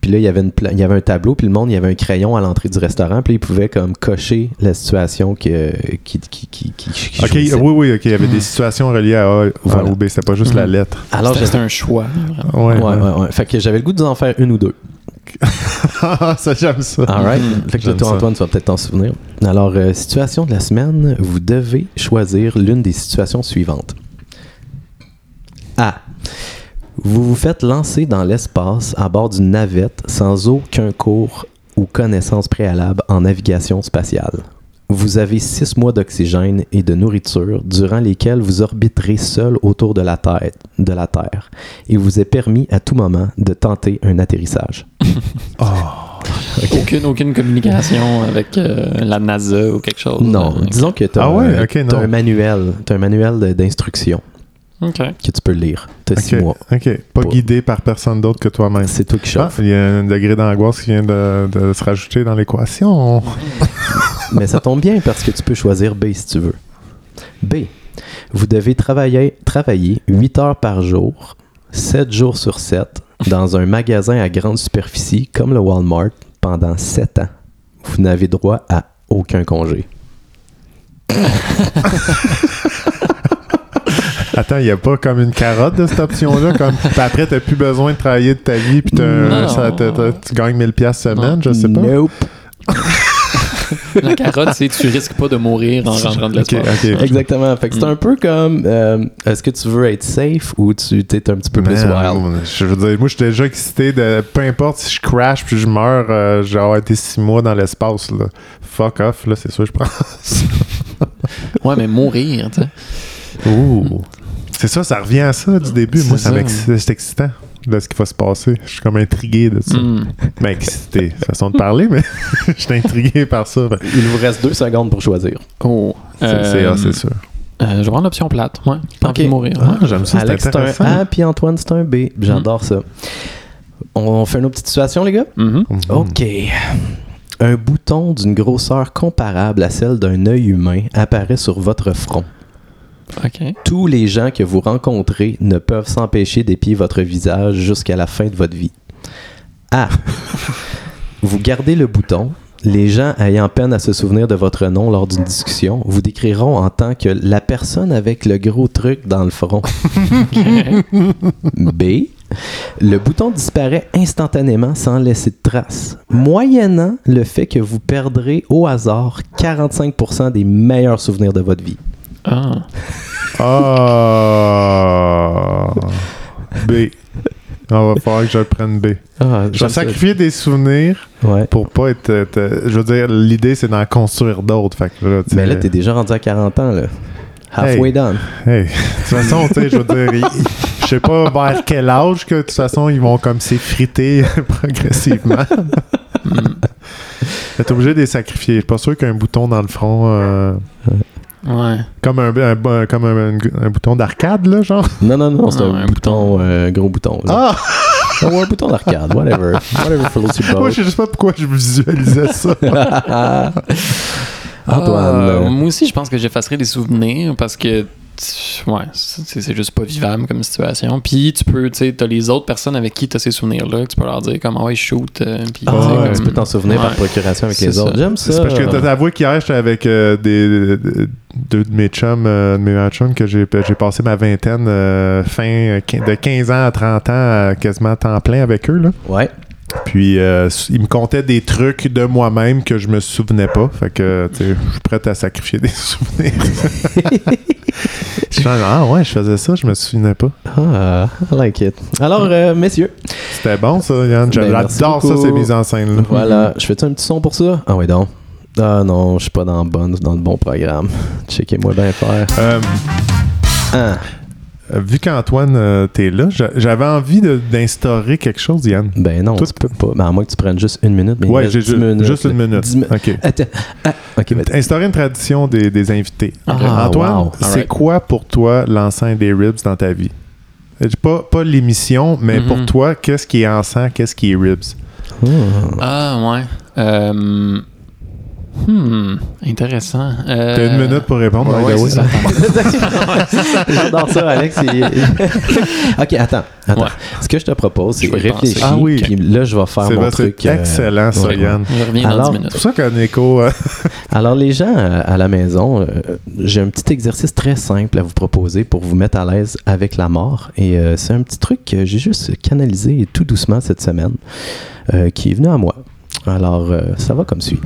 A: Puis là, il y avait, une pla- il y avait un tableau, puis le monde, il y avait un crayon à l'entrée du restaurant, puis là, il pouvait comme cocher la situation que, qui, qui, qui, qui- qui
B: Ok, oui,
A: choisissait.
B: oui, ok. Il y avait
C: Mm.
B: des situations reliées à A, enfin,
A: Hmm. Voilà.
B: ou B, c'était pas juste
C: Mm.
B: la lettre.
A: Alors, j'avais-
C: C'était c'était un choix. vraiment.
B: Ouais,
A: Ouais, ouais, ouais. Fait que j'avais le goût d'en faire une ou deux.
B: Ah, ça, j'aime ça. Hmm.
A: All right.
C: Mhm.
A: Fait que
B: J'aime
A: toi,
B: ça.
A: Antoine, tu vas peut-être t'en souvenir. Alors, euh, situation de la semaine, vous devez choisir l'une des situations suivantes. A. Vous vous faites lancer dans l'espace à bord d'une navette sans aucun cours ou connaissance préalable en navigation spatiale. Vous avez six mois d'oxygène et de nourriture durant lesquels vous orbiterez seul autour de la, tête, de la Terre. Il vous est permis à tout moment de tenter un atterrissage.
B: Ah,
C: Aucune, aucune communication avec euh, la NASA ou quelque chose.
A: Non,
C: Euh,
A: disons que tu as,
B: Ah ouais, ok, non.
A: un manuel, t'as un manuel de- d'instruction
C: OK.
A: que tu peux lire. Tu as six
B: Ok,
A: mois.
B: ok. Pas
A: Pour-
B: guidé par personne d'autre que toi-même.
A: C'est toi qui
B: Ah,
A: chauffe.
B: il y a un degré d'angoisse qui vient de, de se rajouter dans l'équation.
A: Mais ça tombe bien parce que tu peux choisir B si tu veux. B. Vous devez travailler, travailler 8 heures par jour, 7 jours sur 7, dans un magasin à grande superficie comme le Walmart pendant 7 ans. Vous n'avez droit à aucun congé.
B: Attends, il n'y a pas comme une carotte de cette option-là? comme puis après, t'as plus besoin de travailler de ta vie, puis t'as-
C: Non.
B: ça- t'as- t'as- tu gagnes 1000 pièces semaine, je sais pas.
A: Nope.
C: La carotte, c'est tu risques pas de mourir en rentrant de
B: Ok,
C: l'espace.
B: ok.
A: Exactement. Fait que c'est
C: Mm.
A: un peu comme euh, est-ce que tu veux être safe ou tu t'es un petit peu plus
B: Man,
A: wild?
B: Je veux dire, moi, je suis déjà excité de peu importe si je crash puis je meurs, euh, j'ai avoir été six mois dans l'espace. là. Fuck off, là, c'est sûr, je pense.
C: Ouais, mais mourir, tu sais.
B: Ouh. C'est ça, ça revient à ça du début. Moi,
C: C'est
B: ça
C: ça.
B: m'excite. C'est excitant de ce qui va se passer. Je suis comme intrigué de ça.
C: Mm.
B: Ben, excité. Façon de parler, mais je suis intrigué par ça. Ben,
A: Il vous reste deux secondes pour choisir.
C: Oh.
B: c'est- c'est
C: Euh,
B: ah, c'est sûr.
C: euh, je vais prendre l'option plate. Ouais. Tant
A: Ok.
C: pis de mourir.
B: Ah, j'aime ça.
A: Alex,
B: c'est
A: c'est un
B: intéressant.
A: A, puis Antoine, c'est un B. J'adore ça. On fait une autre petite situation, les gars?
C: Mhm.
B: Mhm.
A: OK. Un bouton d'une grosseur comparable à celle d'un œil humain apparaît sur votre front.
C: OK.
A: Tous les gens que vous rencontrez ne peuvent s'empêcher d'épier votre visage jusqu'à la fin de votre vie. A. vous gardez le bouton. Les gens ayant peine à se souvenir de votre nom lors d'une discussion vous décriront en tant que la personne avec le gros truc dans le front. B. Le bouton disparaît instantanément sans laisser de traces, moyennant le fait que vous perdrez au hasard 45% des meilleurs souvenirs de votre vie.
C: Ah.
B: Ah. B. On va falloir que je prenne B.
A: Ah,
B: Je vais sacrifier des souvenirs
A: Ouais.
B: pour pas être. être- euh, je veux dire, l'idée, c'est d'en construire d'autres. Fait que là, tu
A: Mais Ben là,
B: sais,
A: t'es déjà rendu à 40 ans, là. Halfway
B: Hey.
A: done.
B: Hey, de toute façon, tu sais, je veux dire, ils- je sais pas vers quel âge que de toute façon ils vont comme s'effriter progressivement.
C: Hmm.
B: T'es obligé de les sacrifier. Je suis pas sûr qu'un bouton dans le front. euh,
C: Ouais.
B: Comme un, un- un- comme un- un- un bouton d'arcade, là, genre.
A: Non, non, non, c'est
C: Ah,
A: un,
C: un
A: bouton, euh, gros bouton. là.
B: Ah!
A: Ou un bouton d'arcade, whatever. whatever floats your
B: Moi,
A: boat.
B: je sais pas pourquoi je visualisais ça.
A: Antoine.
C: Euh,
B: Ah,
A: euh,
C: moi aussi, je pense que j'effacerai des souvenirs parce que. tu- Ouais, c'est c'est juste pas vivable comme situation. Puis tu peux, tu sais, t'as les autres personnes avec qui t'as ces souvenirs-là, que tu peux leur dire comme, ah ouais, shoot. euh, puis,
A: Ah,
C: tu sais,
B: ouais,
C: comme-
A: tu peux t'en souvenir par
C: Ouais.
A: procuration avec
C: C'est
A: les
C: ça.
A: autres. J'aime ça.
B: C'est parce que t'as avoué qu'hier, j'étais avec euh, des, des- deux de mes chums, euh, de mes meilleurs chums, que j'ai ben, j'ai passé ma vingtaine, euh, fin euh, quin- de 15 ans à 30 ans, euh, quasiment temps plein avec eux, là.
A: Ouais.
B: Puis euh, ils me contaient des trucs de moi-même que je me souvenais pas. Fait que tu sais, je suis prêt à sacrifier des souvenirs. je suis genre, ah ouais, je faisais ça, je me souvenais pas.
A: Ah, I like it. Alors, euh, messieurs,
B: C'était bon ça, Yann.
A: Ben, merci
B: J'adore ça,
A: beaucoup.
B: ces mises en scène là.
A: voilà. Je fais un petit son pour ça? Ah, ouais, donc. Ah non, je suis pas dans, le bon, dans le bon programme. Checkez-moi bien faire.
B: Euh,
A: Ah,
B: vu qu'Antoine, euh, t'es là, j'a- j'avais envie de- d'instaurer quelque chose, Yann.
A: ben non,
B: Tout-
A: tu peux pas. Ben, à moins que tu prennes juste une minute. Mais il
B: ouais,
A: reste
B: j'ai
A: dix
B: ju-
A: minutes,
B: juste une
A: là.
B: minute.
A: Dix mi-
B: OK.
A: Attends. Ah, ok, vas-y.
B: Instaurer une tradition des, des invités.
A: Ah,
B: Antoine,
A: wow.
B: c'est
C: Alright.
B: quoi pour toi l'enceinte des ribs dans ta vie? Euh, Pas, pas l'émission, mais
C: Mhm.
A: Mm-hmm.
B: pour toi, qu'est-ce qui est enceinte, qu'est-ce qui est ribs?
A: Hmm.
C: Ah, ouais. Euh, hmm, intéressant. Euh,
B: T'as une minute pour répondre. by
C: Ouais,
B: the way.
C: c'est ça.
A: Ah. J'adore ça, Alex. il- ok, attends. attends.
C: Ouais.
A: Ce que je te propose, c'est
C: Je vais y penser.
A: réfléchir.
B: Ah oui.
A: Puis là, je vais faire
B: C'est
A: mon
B: vrai,
A: truc.
B: c'est
A: euh,
B: excellent, ça,
A: ouais.
B: Yann.
C: Je reviens
A: Alors,
C: dans 10
B: C'est pour
C: minutes.
B: ça qu'un écho, euh,
A: Alors, les gens euh, à la maison, euh, j'ai un petit exercice très simple à vous proposer pour vous mettre à l'aise avec la mort. Et euh, c'est un petit truc que j'ai juste canalisé tout doucement cette semaine, euh, qui est venu à moi. Alors, euh, ça va comme suit.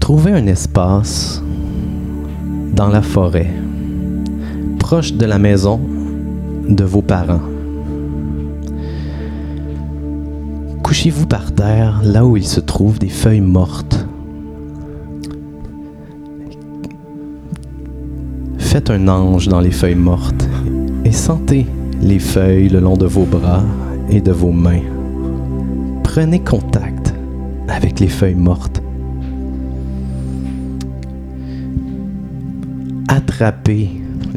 A: Trouvez un espace dans la forêt, proche de la maison de vos parents. Couchez-vous par terre, là où il se trouve des feuilles mortes. Faites un ange dans les feuilles mortes et sentez les feuilles le long de vos bras et de vos mains. Prenez contact avec les feuilles mortes. Attrapez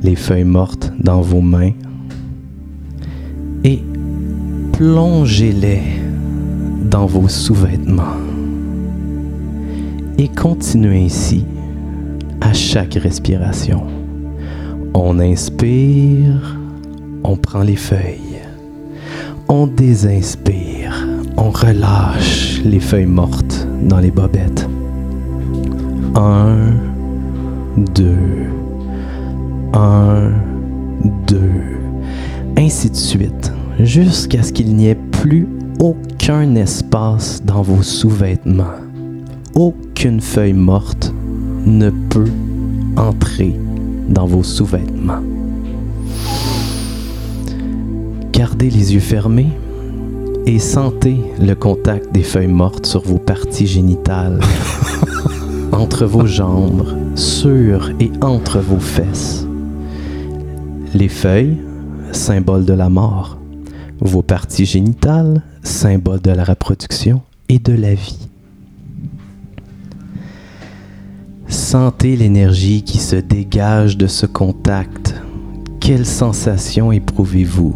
A: les feuilles mortes dans vos mains et plongez-les dans vos sous-vêtements. Et continuez ainsi à chaque respiration. On inspire, on prend les feuilles. On désinspire, on relâche les feuilles mortes dans les bobettes. Un, deux, un, deux ainsi de suite, jusqu'à ce qu'il n'y ait plus aucun espace dans vos sous-vêtements. Aucune feuille morte ne peut entrer dans vos sous-vêtements. Gardez les yeux fermés et sentez le contact des feuilles mortes sur vos parties génitales, entre vos jambes, sur et entre vos fesses. Les feuilles, symbole de la mort. Vos parties génitales, symbole de la reproduction et de la vie. Sentez l'énergie qui se dégage de ce contact. Quelle sensation éprouvez-vous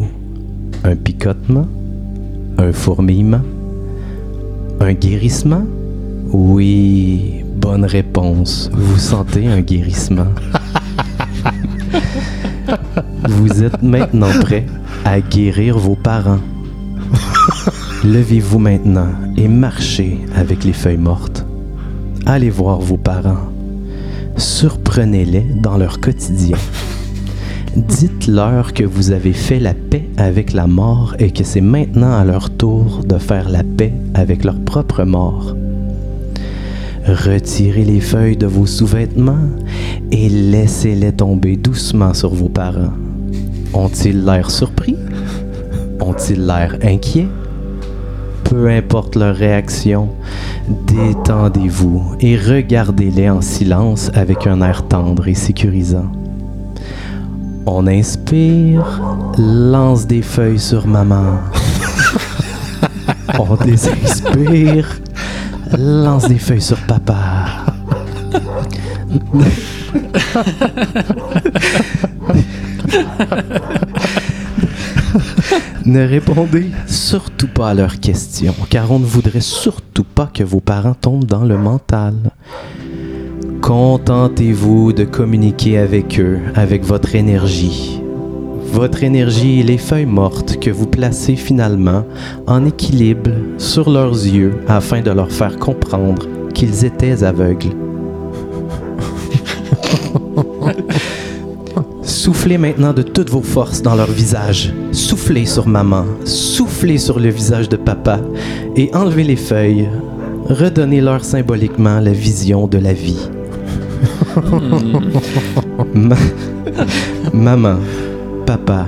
A: Un picotement Un fourmillement Un guérissement Oui, bonne réponse. Vous sentez un guérissement. Vous êtes maintenant prêt à guérir vos parents. Levez-vous maintenant et marchez avec les feuilles mortes. Allez voir vos parents. Surprenez-les dans leur quotidien. Dites-leur que vous avez fait la paix avec la mort et que c'est maintenant à leur tour de faire la paix avec leur propre mort. Retirez les feuilles de vos sous-vêtements et laissez-les tomber doucement sur vos parents. Ont-ils l'air surpris? Ont-ils l'air inquiets? Peu importe leur réaction, détendez-vous et regardez-les en silence avec un air tendre et sécurisant. On inspire, lance des feuilles sur maman. On désinspire, lance des feuilles sur papa. Ne répondez surtout pas à leurs questions, car on ne voudrait surtout pas que vos parents tombent dans le mental. Contentez-vous de communiquer avec eux, avec votre énergie. Votre énergie et les feuilles mortes que vous placez finalement en équilibre sur leurs yeux afin de leur faire comprendre qu'ils étaient aveugles. Soufflez maintenant de toutes vos forces dans leur visage. Soufflez sur maman, soufflez sur le visage de papa et enlevez les feuilles. Redonnez-leur symboliquement la vision de la vie. Ma- maman, papa,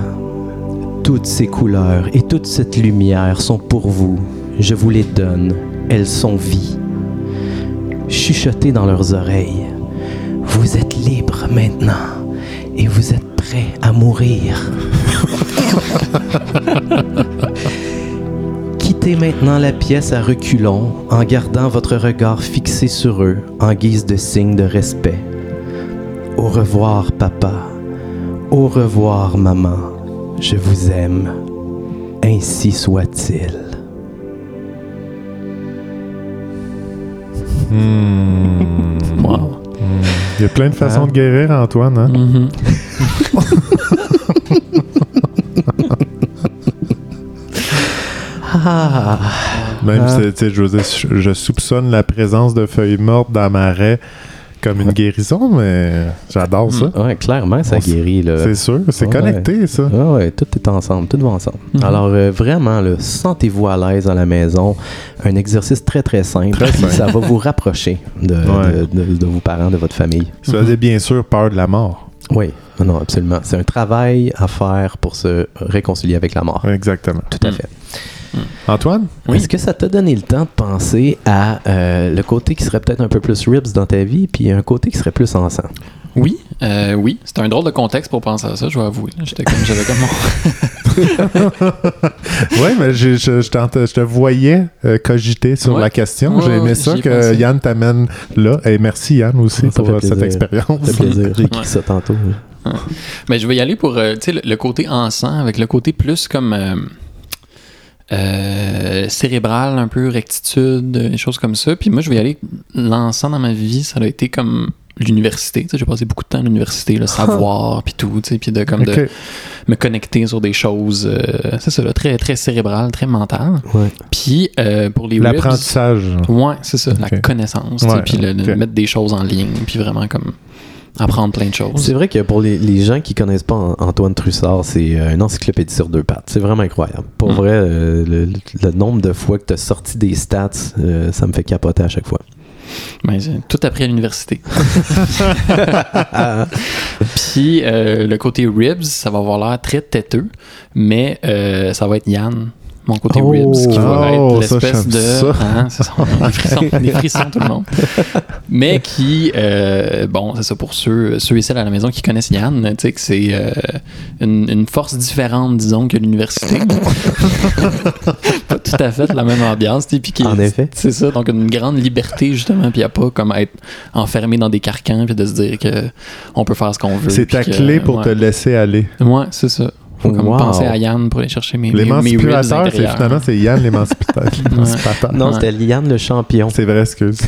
A: toutes ces couleurs et toute cette lumière sont pour vous. Je vous les donne. Elles sont vie. Chuchotez dans leurs oreilles. Vous êtes libre maintenant et vous êtes prêt à mourir. Quittez maintenant la pièce à reculons en gardant votre regard fixé sur eux en guise de signe de respect. Au revoir, papa. Au revoir, maman. Je vous aime. Ainsi soit-il.
B: Hmm.
C: Wow.
B: Hmm. Il y a plein de
A: Ah.
B: façons de guérir, Antoine. Hein?
A: Mm-hmm.
C: Mhm.
A: Ah,
B: Même
A: Ah.
B: si, tu sais, je, veux dire, je- je soupçonne la présence de feuilles mortes dans ma raie comme une guérison, mais j'adore ça.
A: ouais, clairement, ça
B: On s-
A: guérit. Là.
B: C'est sûr, c'est
A: Mm. ouais.
B: connecté, ça.
A: Ah ouais, tout est ensemble, tout va ensemble.
C: Mhm.
A: Alors euh, vraiment, là, sentez-vous à l'aise à la maison. Un exercice très très simple. puis
B: simple.
A: Ça va vous rapprocher de,
B: Ouais.
A: de- de- de vos parents, de votre famille.
B: Ça faisait bien sûr peur de la mort.
A: Oui, non, non, absolument. C'est un travail à faire pour se réconcilier avec la mort.
B: Exactement.
A: Tout à
C: Mm.
A: fait.
B: Antoine?
C: Oui.
A: Est-ce que ça t'a donné le temps de penser à euh, le côté qui serait peut-être un peu plus ribs dans ta vie, puis un côté qui serait plus encens?
C: Oui, euh, oui. C'était un drôle de contexte pour penser à ça, je vais avouer. là. J'étais comme, j'avais comme mon-
B: Oui, mais j'ai- je, je t'en- je te voyais euh, cogiter sur
C: Ouais.
B: la question.
C: Ouais,
B: J'ai aimé
C: ouais,
B: ça
C: j'y ai
B: que
C: pensé.
B: Yann t'amène là. Et merci Yann aussi
A: Ça
B: pour
A: fait
B: euh, cette
A: plaisir.
B: expérience.
A: Ça fait plaisir. J'ai écrit
C: Ouais.
A: ça tantôt.
C: Mais je vais y aller pour euh, tu sais, le, le côté encens, avec le côté plus comme euh, euh, cérébral, un peu rectitude, euh, des choses comme ça. Puis moi, je vais y aller. L'encens dans ma vie, ça a été comme l'université. Tu sais, J'ai passé beaucoup de temps à l'université, le savoir, puis tout. tu sais, Puis de, comme de
B: Ok.
C: me connecter sur des choses. euh, c'est ça, là, très, très cérébral, très mental.
A: Ouais.
C: Puis euh, pour les ribs,
B: L'apprentissage.
C: Ouais, c'est ça, la
B: Ok.
C: connaissance, tu sais,
B: Ouais,
C: puis le, le
B: ok.
C: mettre des choses en ligne, puis vraiment comme apprendre plein de choses.
A: C'est vrai que pour les, les gens qui connaissent pas An- Antoine Trussard, c'est euh, une encyclopédie sur deux pattes. C'est vraiment incroyable. Pour
C: Mm.
A: vrai, euh, le, le nombre de fois que tu as sorti des stats, euh, ça me fait capoter à chaque fois.
C: Mais j'ai tout appris à l'université. Ah, puis euh, le côté ribs, ça va avoir l'air très têteux, mais euh, ça va être Yann. Mon côté
A: Oh.
C: ribs qui va
B: Oh,
C: être
B: ça,
C: l'espèce
B: j'aime
C: de.
B: ça.
C: Hein, c'est ça, des frissons, des frissons, tout le monde. Mais qui, euh, bon, c'est ça pour ceux, ceux et celles à la maison qui connaissent Yann, tu sais que c'est euh, une, une force différente, disons, que l'université. pas tout à fait la même ambiance, tu sais, puis qui-
A: En effet.
C: C'est ça, donc une grande liberté justement, puis il n'y a pas comme à être enfermé dans des carcans, puis de se dire que on peut faire ce qu'on veut.
B: C'est
C: puis
B: ta
C: que-
B: clé pour te
C: ouais.
B: laisser aller.
C: Ouais, c'est ça. Faut comme
A: Wow.
C: penser à Yann pour aller chercher mes mes- mes ribs
B: L'émancipateur, c'est
C: intérieurs.
B: finalement c'est Yann l'émancipateur. l'émancipateur.
A: Non,
C: Ouais.
A: c'était Liane le champion.
B: C'est vrai, excuse.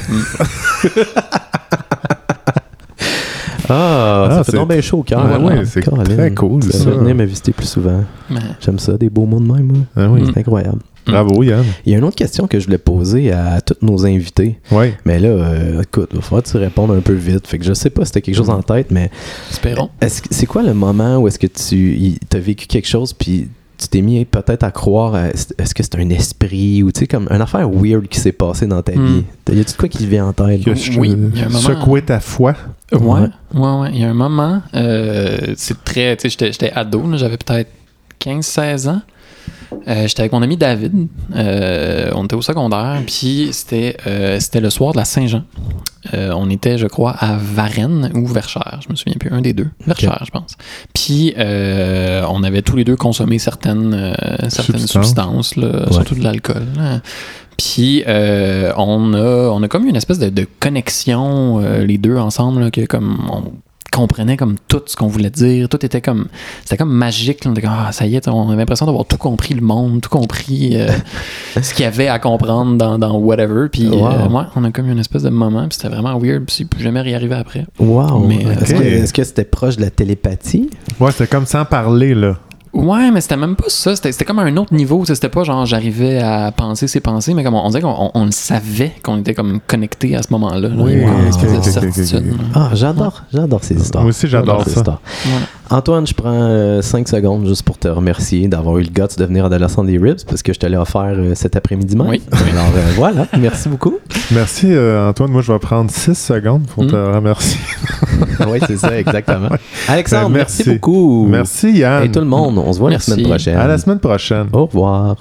A: Ah,
B: Ah,
A: ça fait
B: c'est-
A: donc bien chaud au cœur.
B: Ah
A: Voilà.
B: oui, c'est
A: Caroline.
B: très cool,
A: Ça
B: ça.
A: va venir me visiter plus souvent.
C: Mais-
A: J'aime ça, des beaux mots de même. hein.
B: Ah oui.
C: Mm.
A: C'est incroyable.
B: Bravo, Yann.
A: Il y a une autre question que je voulais poser à tous nos invités.
B: Oui.
A: Mais là, euh, écoute, il va falloir que tu répondes un peu vite. Fait que je sais pas si t'as quelque chose en tête, mais
C: espérons.
A: Est-ce que- c'est quoi le moment où est-ce que tu as vécu quelque chose puis tu t'es mis peut-être à croire à- est-ce que c'est un esprit ou tu sais comme une affaire weird qui s'est passée dans ta
C: Hmm.
A: vie y a-tu de quoi qui te vient en tête
B: Que je-
C: Oui, il y a un moment-
B: Secouer euh, ta foi.
C: Ouais,
A: Ouais.
C: ouais, ouais. Il y a un moment, euh, c'est très. Tu sais, j'étais- j'étais ado, là, j'avais peut-être 15-16 ans. Euh, j'étais avec mon ami David. Euh, on était au secondaire, puis c'était euh, c'était le soir de la Saint-Jean. Euh, on était, je crois, à Varennes ou Verchères, je me souviens plus, un des deux. Verchères, je pense. Puis euh, on avait tous les deux consommé certaines, euh, certaines
B: Substances.
C: substances, là, surtout de l'alcool. là. Puis euh, on, a, on a comme eu une espèce de, de connexion, euh, les deux ensemble, là, que comme on comprenait comme tout ce qu'on voulait dire, tout était comme c'était comme magique, là. on était comme, ah, ça y est, on avait l'impression d'avoir tout compris le monde, tout compris euh, ce qu'il y avait à comprendre dans, dans whatever, puis
A: Wow.
C: euh, ouais, on a comme eu une espèce de moment, puis c'était vraiment weird, puis c'est plus jamais réarrivé après.
A: Wow!
C: Mais, euh,
A: Est-ce que-
B: ok.
A: est-ce que c'était proche de la télépathie?
B: Ouais, c'était comme sans parler, là.
C: Ouais, mais c'était même pas ça. C'était c'était comme à un autre niveau. tu sais, C'était pas genre j'arrivais à penser ses pensées, mais comme on, on dirait qu'on on- on le savait qu'on était comme connecté à ce moment-là. là.
B: Oui,
C: Il y avait
A: ok,
C: une espèce
A: ok,
C: de
A: ok, ok,
B: ok.
C: certitude.
A: Ah, j'adore, j'adore ces histoires.
B: Moi aussi, j'adore
A: ces
B: ça.
A: histoires.
C: Ouais.
A: Antoine, je prends 5 secondes juste pour te remercier d'avoir eu le guts de venir à Adolescent des Ribs parce que je te l'ai offert euh, cet après-midi même.
C: Oui.
A: Alors euh, voilà, merci beaucoup.
B: Merci, euh, Antoine. Moi, je vais prendre 6 secondes pour
C: Mm.
B: te remercier.
A: oui, c'est ça, exactement. Alexandre,
B: Ben,
A: merci.
B: merci.
A: beaucoup.
B: Merci, Yann.
A: Et tout le monde, on se voit
C: Merci.
A: la semaine prochaine.
B: À la semaine prochaine.
A: Au revoir.